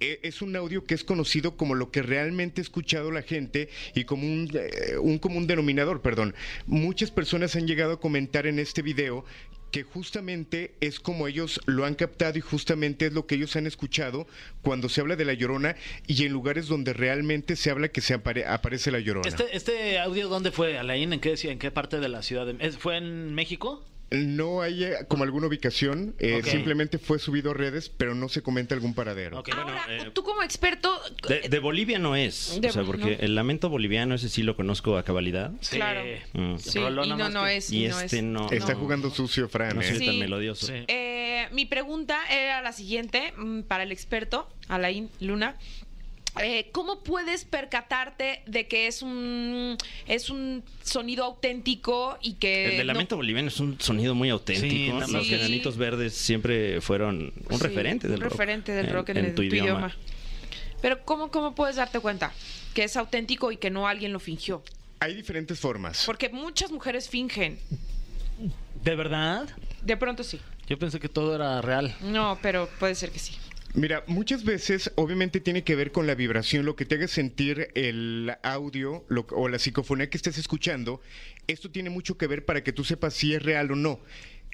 Speaker 8: e- es un audio que es conocido como lo que realmente ha escuchado la gente y como un, eh, un común denominador, perdón. Muchas personas han llegado a comentar en este video que justamente es como ellos lo han captado y justamente es lo que ellos han escuchado cuando se habla de la llorona y en lugares donde realmente se habla que se apare- aparece la llorona.
Speaker 7: Este-
Speaker 3: Este, este audio, ¿dónde fue, Alain? ¿En qué, ci- ¿En qué parte de la ciudad? de- es- ¿Fue en México?
Speaker 8: No hay eh, como alguna ubicación, eh,
Speaker 3: Ok.
Speaker 8: simplemente fue subido a redes, pero no se comenta algún paradero.
Speaker 7: Ok, bueno,
Speaker 1: Ahora,
Speaker 7: eh,
Speaker 1: tú como experto,
Speaker 7: de, de Bolivia no es.
Speaker 1: De-
Speaker 7: o sea, porque
Speaker 1: no.
Speaker 7: el lamento boliviano, ese sí lo conozco a cabalidad.
Speaker 3: Sí.
Speaker 1: Claro.
Speaker 7: Mm.
Speaker 1: sí,
Speaker 3: Rolón
Speaker 1: y no,
Speaker 3: nomás
Speaker 1: no
Speaker 3: que-
Speaker 1: es.
Speaker 7: Y
Speaker 1: no
Speaker 7: este
Speaker 1: es.
Speaker 7: no.
Speaker 8: Está
Speaker 7: no,
Speaker 8: jugando sucio, Fran.
Speaker 7: No
Speaker 8: ¿eh?
Speaker 7: soy
Speaker 1: Sí.
Speaker 7: tan melodioso.
Speaker 3: Sí.
Speaker 1: Eh, mi pregunta era la siguiente mm, para el experto, Alain Luna. Eh, ¿Cómo puedes percatarte de que es un es un sonido auténtico y que
Speaker 7: El de
Speaker 1: Eh, no-
Speaker 7: lamento boliviano es un sonido muy auténtico.
Speaker 3: Sí, nada
Speaker 1: más
Speaker 7: Los
Speaker 1: que-
Speaker 7: enanitos verdes siempre fueron un
Speaker 1: Sí,
Speaker 7: referente del
Speaker 1: un
Speaker 7: rock.
Speaker 1: referente del rock en, el- tu, idioma. Pero ¿cómo, ¿cómo puedes darte cuenta que es auténtico y que no alguien lo fingió?
Speaker 8: Hay diferentes formas.
Speaker 1: Porque muchas mujeres fingen.
Speaker 3: ¿De verdad?
Speaker 1: De pronto sí.
Speaker 3: Yo pensé que todo era real.
Speaker 1: No, pero puede ser que sí.
Speaker 8: Mira, muchas veces obviamente tiene que ver con la vibración, lo que te haga sentir el audio lo- o la psicofonía que estés escuchando. Esto tiene mucho que ver para que tú sepas si es real o no.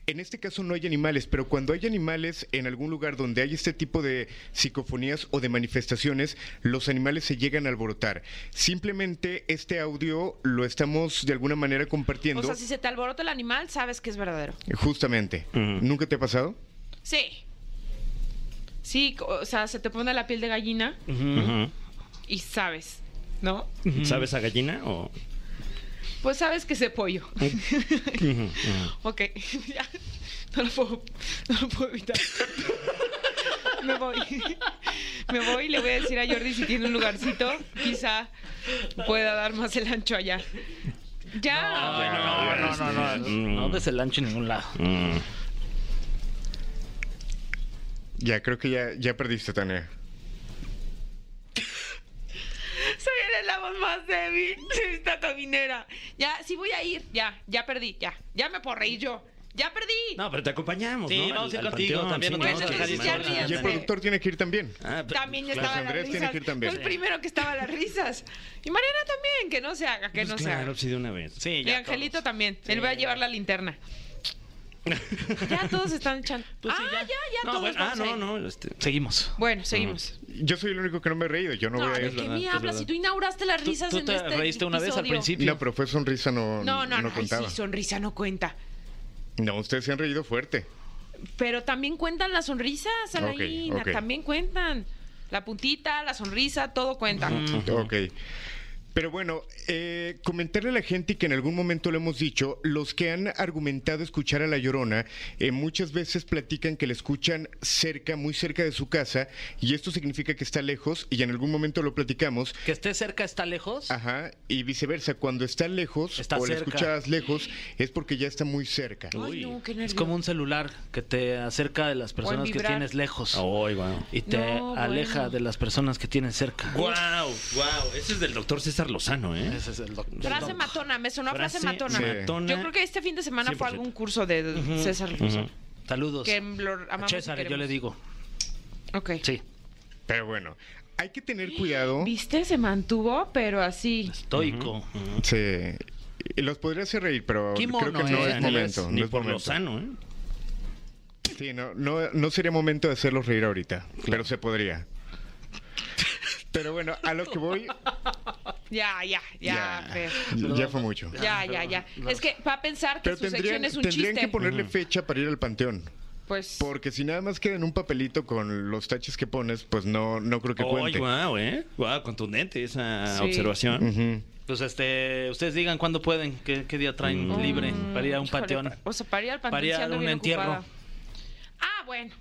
Speaker 8: En este caso no hay animales, pero cuando hay animales en algún lugar donde hay este tipo de psicofonías o de manifestaciones, los animales se llegan a alborotar. Simplemente este audio lo estamos de alguna manera compartiendo.
Speaker 1: O sea, si se te alborota el animal, sabes que es verdadero.
Speaker 8: Justamente.
Speaker 7: Ujú.
Speaker 8: ¿Nunca te ha pasado?
Speaker 1: Sí. Sí, o sea, se te pone la piel de gallina y sabes, ¿no?
Speaker 7: Ujú. ¿Sabes a gallina o...?
Speaker 1: Pues sabes que es pollo. ok, ya. No lo puedo, no lo puedo evitar. Me voy. Me voy y le voy a decir a Jordi si tiene un lugarcito. Quizá pueda dar más el ancho allá. Ya.
Speaker 3: No, no, no, no.
Speaker 7: Mm.
Speaker 3: No des el ancho en ningún lado.
Speaker 7: Mm.
Speaker 8: Ya, creo que ya, ya perdiste, Tania.
Speaker 1: Soy el la voz más débil de esta caminera. Ya, sí voy a ir. Ya, ya perdí. Ya, ya me puedo reír yo. Ya perdí.
Speaker 7: No, pero te acompañamos,
Speaker 3: Sí,
Speaker 7: ¿no?
Speaker 3: vamos a ir contigo, también nos
Speaker 7: no,
Speaker 1: vamos a
Speaker 7: que
Speaker 1: dejar
Speaker 7: sí,
Speaker 1: ir
Speaker 7: madre,
Speaker 1: solos.
Speaker 7: madre.
Speaker 8: Y el
Speaker 1: Ándale.
Speaker 8: productor tiene que ir también.
Speaker 7: Ah, pero-
Speaker 1: También estaba
Speaker 8: Andrés
Speaker 1: las
Speaker 8: tiene
Speaker 1: risas.
Speaker 8: que ir también.
Speaker 1: Fue el primero que estaba las risas. Y Mariana también, que no se haga, que
Speaker 7: pues
Speaker 1: no se
Speaker 7: claro,
Speaker 1: haga.
Speaker 7: sí, de una vez.
Speaker 3: Sí,
Speaker 1: Y
Speaker 3: ya
Speaker 1: Angelito
Speaker 3: todos.
Speaker 1: también. Él va a llevar la linterna. ya todos están echando.
Speaker 3: Pues sí,
Speaker 1: ah,
Speaker 3: ya.
Speaker 1: ya, ya,
Speaker 7: No,
Speaker 1: todos
Speaker 7: bueno, ah,
Speaker 1: vamos a
Speaker 7: no,
Speaker 1: ir.
Speaker 7: no. este,
Speaker 3: Seguimos.
Speaker 1: Bueno, seguimos.
Speaker 8: Yo soy el único que no me he reído. Yo no,
Speaker 1: No,
Speaker 8: voy a
Speaker 1: ¿de
Speaker 8: ir.
Speaker 1: qué
Speaker 7: verdad,
Speaker 1: me
Speaker 7: es
Speaker 1: hablas?
Speaker 7: verdad.
Speaker 1: Si tú inauguraste las
Speaker 3: ¿Tú,
Speaker 1: risas
Speaker 3: tú
Speaker 1: en
Speaker 3: te
Speaker 1: este
Speaker 3: reíste una vez al
Speaker 1: episodio.
Speaker 3: principio?
Speaker 8: No, pero fue sonrisa, no,
Speaker 1: No, no, no. ay,
Speaker 8: contaba.
Speaker 1: sí, sonrisa no cuenta.
Speaker 8: No, ustedes se han reído fuerte.
Speaker 1: Pero también cuentan las sonrisas, Alain.
Speaker 8: ok.
Speaker 1: También cuentan. La puntita, la sonrisa, todo cuenta.
Speaker 8: Ok. Pero bueno, eh, comentarle a la gente y que en algún momento lo hemos dicho, los que han argumentado escuchar a La Llorona, eh, muchas veces platican que la escuchan cerca, muy cerca de su casa, y esto significa que está lejos, y en algún momento lo platicamos,
Speaker 3: ¿Que esté cerca está lejos?
Speaker 8: Ajá, y viceversa, cuando está lejos
Speaker 3: Está
Speaker 8: o la
Speaker 3: cerca.
Speaker 8: escuchas lejos es porque ya está muy cerca.
Speaker 1: Ay, no, qué
Speaker 3: Es
Speaker 1: nervio.
Speaker 3: como un celular que te acerca de las personas que
Speaker 1: vibrar.
Speaker 3: tienes lejos
Speaker 7: Ay, guau.
Speaker 3: y te
Speaker 1: No,
Speaker 3: aleja
Speaker 1: bueno.
Speaker 3: de las personas que tienes cerca.
Speaker 7: Guau, guau. Ese es del doctor César Lozano, ¿eh?
Speaker 3: Ese es el doc-
Speaker 1: Frase matona, me sonó a frase,
Speaker 7: Frase
Speaker 1: matona.
Speaker 7: matona.
Speaker 1: Yo creo que este fin de semana fue
Speaker 7: 100%.
Speaker 1: algún curso de César Lozano.
Speaker 3: Saludos.
Speaker 1: Que lo amamos
Speaker 3: A
Speaker 1: y
Speaker 3: César, yo
Speaker 1: queremos.
Speaker 3: le digo.
Speaker 1: Ok.
Speaker 3: Sí,
Speaker 8: Pero bueno, hay que tener cuidado.
Speaker 1: ¿Viste? Se mantuvo, pero así.
Speaker 3: estoico.
Speaker 8: Sí. Y Los podría hacer reír, pero
Speaker 3: Qué
Speaker 8: creo
Speaker 3: mono,
Speaker 8: que no
Speaker 3: ¿eh?
Speaker 8: es momento.
Speaker 7: Ni
Speaker 8: no es
Speaker 7: por
Speaker 8: momento.
Speaker 7: Lozano, ¿eh?
Speaker 8: Sí, no, no, no sería momento de hacerlos reír ahorita, pero se podría. Pero bueno, a lo que voy,
Speaker 1: Ya, ya, ya,
Speaker 8: ya,
Speaker 1: Fer.
Speaker 8: ya fue mucho.
Speaker 1: Ya, ya, ya. Es que va a pensar que
Speaker 8: Pero
Speaker 1: su sección
Speaker 8: tendrían,
Speaker 1: es un
Speaker 8: tendrían
Speaker 1: chiste.
Speaker 8: que ponerle fecha para ir al panteón.
Speaker 1: Pues.
Speaker 8: Porque si nada más queda en un papelito con los taches que pones, pues no, no creo que
Speaker 7: Ay,
Speaker 8: cuente.
Speaker 7: guau, ¿eh? Guau, contundente esa
Speaker 1: Sí.
Speaker 7: observación.
Speaker 8: Ujú.
Speaker 3: Pues este, ustedes digan cuándo pueden, qué, qué día traen
Speaker 8: Mm.
Speaker 3: libre para ir a un
Speaker 1: mm, híjole,
Speaker 3: panteón.
Speaker 1: pa- O sea, para ir al panteón.
Speaker 3: Para ir a
Speaker 1: sí ando
Speaker 3: un
Speaker 1: bien
Speaker 3: entierro.
Speaker 1: ocupada. Ah, bueno.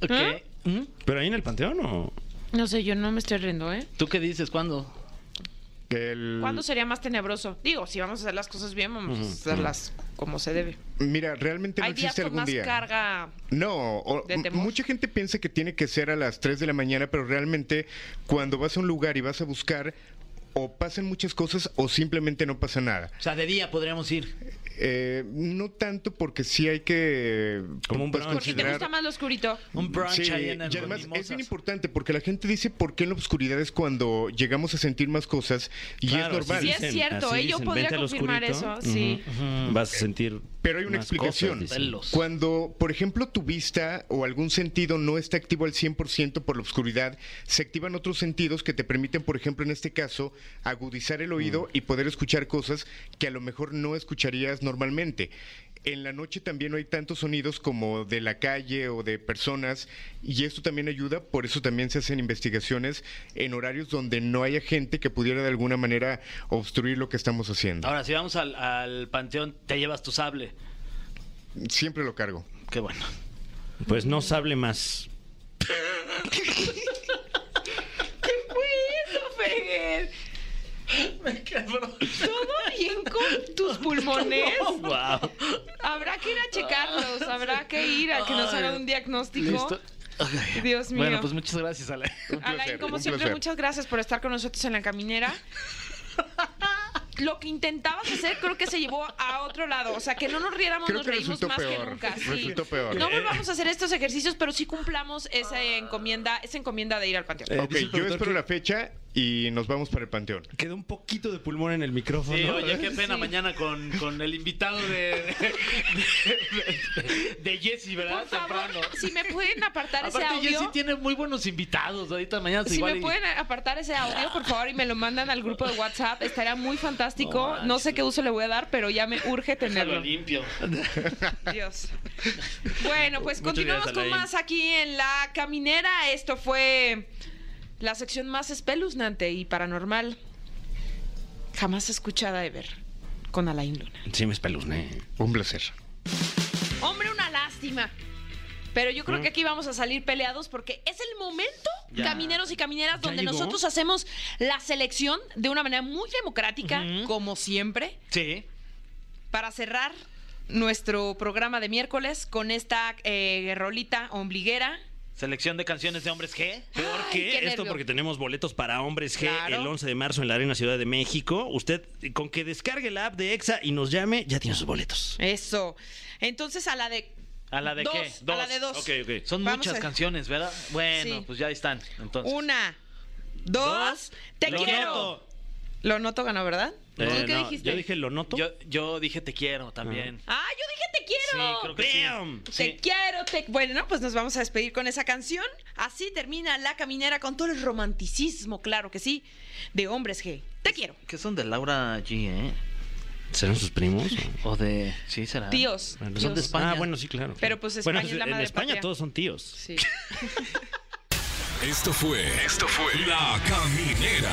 Speaker 3: Ok.
Speaker 1: ¿Eh?
Speaker 3: ¿Mm?
Speaker 7: ¿Pero ahí en el panteón o...?
Speaker 1: No sé, yo no me estoy riendo, ¿eh?
Speaker 3: ¿Tú qué dices? ¿Cuándo?
Speaker 8: El-
Speaker 1: ¿Cuándo sería más tenebroso? Digo, si vamos a hacer las cosas bien, vamos a hacerlas como se debe.
Speaker 8: Mira, realmente no
Speaker 1: Hay días
Speaker 8: existe
Speaker 1: con
Speaker 8: algún
Speaker 1: más
Speaker 8: día.
Speaker 1: carga.
Speaker 8: No, o-
Speaker 1: ¿De temor?
Speaker 8: mucha gente piensa que tiene que ser a las 3 de la mañana, pero realmente cuando vas a un lugar y vas a buscar, o pasan muchas cosas o simplemente no pasa nada.
Speaker 3: O sea, de día podríamos ir.
Speaker 8: Eh, no tanto porque sí hay que... pues,
Speaker 7: Como un brunch.
Speaker 1: Porque te gusta más lo oscurito.
Speaker 3: Un brunch
Speaker 8: Sí,
Speaker 3: ahí en el
Speaker 8: y además
Speaker 3: Mimosas.
Speaker 8: es bien importante porque la gente dice por qué en la oscuridad es cuando llegamos a sentir más cosas y
Speaker 7: Claro,
Speaker 8: es normal.
Speaker 1: Sí, es
Speaker 7: Dicen,
Speaker 1: cierto,
Speaker 7: así
Speaker 1: ¿eh? Yo
Speaker 7: dicen,
Speaker 1: podría
Speaker 7: "Vente al
Speaker 1: confirmar
Speaker 7: oscurito".
Speaker 1: eso, sí.
Speaker 7: Vas a sentir
Speaker 8: Pero hay una
Speaker 7: Más
Speaker 8: explicación.
Speaker 7: cosas, dice.
Speaker 3: Pelos.
Speaker 8: Cuando, por ejemplo, tu vista o algún sentido no está activo al 100% por la oscuridad, se activan otros sentidos que te permiten, por ejemplo, en este caso, agudizar el oído
Speaker 3: Mm.
Speaker 8: y poder escuchar cosas que a lo mejor no escucharías normalmente. En la noche también no hay tantos sonidos como de la calle o de personas y esto también ayuda, por eso también se hacen investigaciones en horarios donde no haya gente que pudiera de alguna manera obstruir lo que estamos haciendo.
Speaker 3: Ahora, si vamos al, al panteón, te llevas tu sable.
Speaker 8: Siempre lo cargo.
Speaker 3: Qué bueno.
Speaker 7: Pues no sable más.
Speaker 1: Eso, Feger.
Speaker 3: Me quebró.
Speaker 1: Todo bien con tus pulmones.
Speaker 3: Wow.
Speaker 1: Habrá que ir a checarlos, habrá que ir a que nos haga un diagnóstico.
Speaker 3: Listo. Ok.
Speaker 1: Dios mío.
Speaker 3: Bueno, pues muchas gracias, Ale.
Speaker 1: Alain,
Speaker 8: placer,
Speaker 1: como
Speaker 8: un
Speaker 1: siempre,
Speaker 8: placer.
Speaker 1: muchas gracias por estar con nosotros en la caminera. Lo que intentabas hacer creo que se llevó a otro lado. O sea, que no nos riéramos,
Speaker 8: Creo
Speaker 1: nos
Speaker 8: que
Speaker 1: reímos
Speaker 8: resultó
Speaker 1: más que
Speaker 8: peor.
Speaker 1: nunca. sí.
Speaker 8: Resultó peor. Eh.
Speaker 1: No volvamos a hacer estos ejercicios, pero sí cumplamos esa encomienda, esa encomienda de ir al panteón.
Speaker 2: Eh,
Speaker 8: ok,
Speaker 2: dice el
Speaker 8: yo
Speaker 2: productor
Speaker 8: espero
Speaker 2: que-
Speaker 8: la fecha y nos vamos para el panteón.
Speaker 2: Quedó un poquito de pulmón en el micrófono.
Speaker 3: Sí, oye, qué pena
Speaker 1: Sí.
Speaker 3: mañana con, con el invitado de, de, de- de Jesse, ¿verdad?
Speaker 1: Por favor,
Speaker 3: Temprano.
Speaker 1: si me pueden apartar ese
Speaker 3: Aparte, Jesse
Speaker 1: audio.
Speaker 3: tiene muy buenos invitados. Ahorita mañana
Speaker 1: Si
Speaker 3: igual
Speaker 1: me
Speaker 3: y-
Speaker 1: pueden apartar ese audio, por favor, y me lo mandan al grupo de WhatsApp, estaría muy fantástico.
Speaker 3: No
Speaker 1: No sé qué uso le voy a dar, pero ya me urge
Speaker 3: Déjalo
Speaker 1: tenerlo.
Speaker 3: limpio.
Speaker 1: Dios. Bueno, pues
Speaker 7: Muchas
Speaker 1: continuamos
Speaker 7: gracias,
Speaker 1: con
Speaker 7: Alain.
Speaker 1: más aquí en La Caminera. Esto fue la sección más espeluznante y paranormal jamás escuchada ever con Alain Luna.
Speaker 7: Sí, me espeluzné.
Speaker 8: Un placer.
Speaker 1: Hombre, una lástima. Pero yo creo que aquí vamos a salir peleados porque es el momento,
Speaker 7: Mm. Ya.
Speaker 1: camineros y camineras,
Speaker 7: ¿Ya
Speaker 1: donde
Speaker 7: llegó?
Speaker 1: nosotros hacemos la selección de una manera muy democrática, como siempre.
Speaker 3: Sí.
Speaker 1: para cerrar nuestro programa de miércoles con esta eh, rolita ombliguera.
Speaker 3: Selección de canciones de hombres G.
Speaker 7: ¿Por
Speaker 1: Ay,
Speaker 7: qué?
Speaker 1: qué
Speaker 7: Esto
Speaker 1: nervio.
Speaker 7: porque tenemos boletos para hombres G
Speaker 1: Claro.
Speaker 7: el 11 de marzo en la Arena Ciudad de México. Usted, con que descargue la app de EXA y nos llame, ya tiene sus boletos.
Speaker 1: Eso. Entonces a la de...
Speaker 3: ¿A la de
Speaker 1: dos,
Speaker 3: qué?
Speaker 1: A la de dos.
Speaker 7: Ok, ok.
Speaker 3: Son
Speaker 1: Vamos
Speaker 3: muchas
Speaker 1: a-
Speaker 3: canciones, ¿verdad? Bueno,
Speaker 1: Sí.
Speaker 3: pues ya ahí están. Entonces.
Speaker 1: Una, dos,
Speaker 3: Dos,
Speaker 1: te
Speaker 3: lo
Speaker 1: quiero.
Speaker 3: noto.
Speaker 1: Lo noto ganó, ¿verdad? ¿Tú
Speaker 7: Eh,
Speaker 1: qué
Speaker 7: no,
Speaker 1: dijiste?
Speaker 7: Yo dije, ¿lo noto?
Speaker 3: Yo, yo dije te quiero también.
Speaker 1: Ah, yo dije te quiero.
Speaker 3: Sí, creo que sí.
Speaker 7: Damn.
Speaker 1: Te
Speaker 3: Sí.
Speaker 1: quiero, te... Bueno, pues nos vamos a despedir con esa canción. Así termina La Caminera con todo el romanticismo, claro que sí, de Hombres G. Te quiero.
Speaker 3: Que son de Laura G, ¿eh?
Speaker 7: ¿Serán sus primos?
Speaker 3: O de. Sí, será.
Speaker 1: Tíos.
Speaker 3: Ah, Bueno,
Speaker 1: tíos.
Speaker 3: son de España.
Speaker 7: Ah, bueno, sí, claro.
Speaker 1: Pero, pues,
Speaker 7: Bueno,
Speaker 1: España es la
Speaker 7: en
Speaker 1: madre
Speaker 7: España
Speaker 1: patria.
Speaker 7: todos son tíos.
Speaker 1: Sí.
Speaker 6: Esto fue. Esto fue. La Caminera.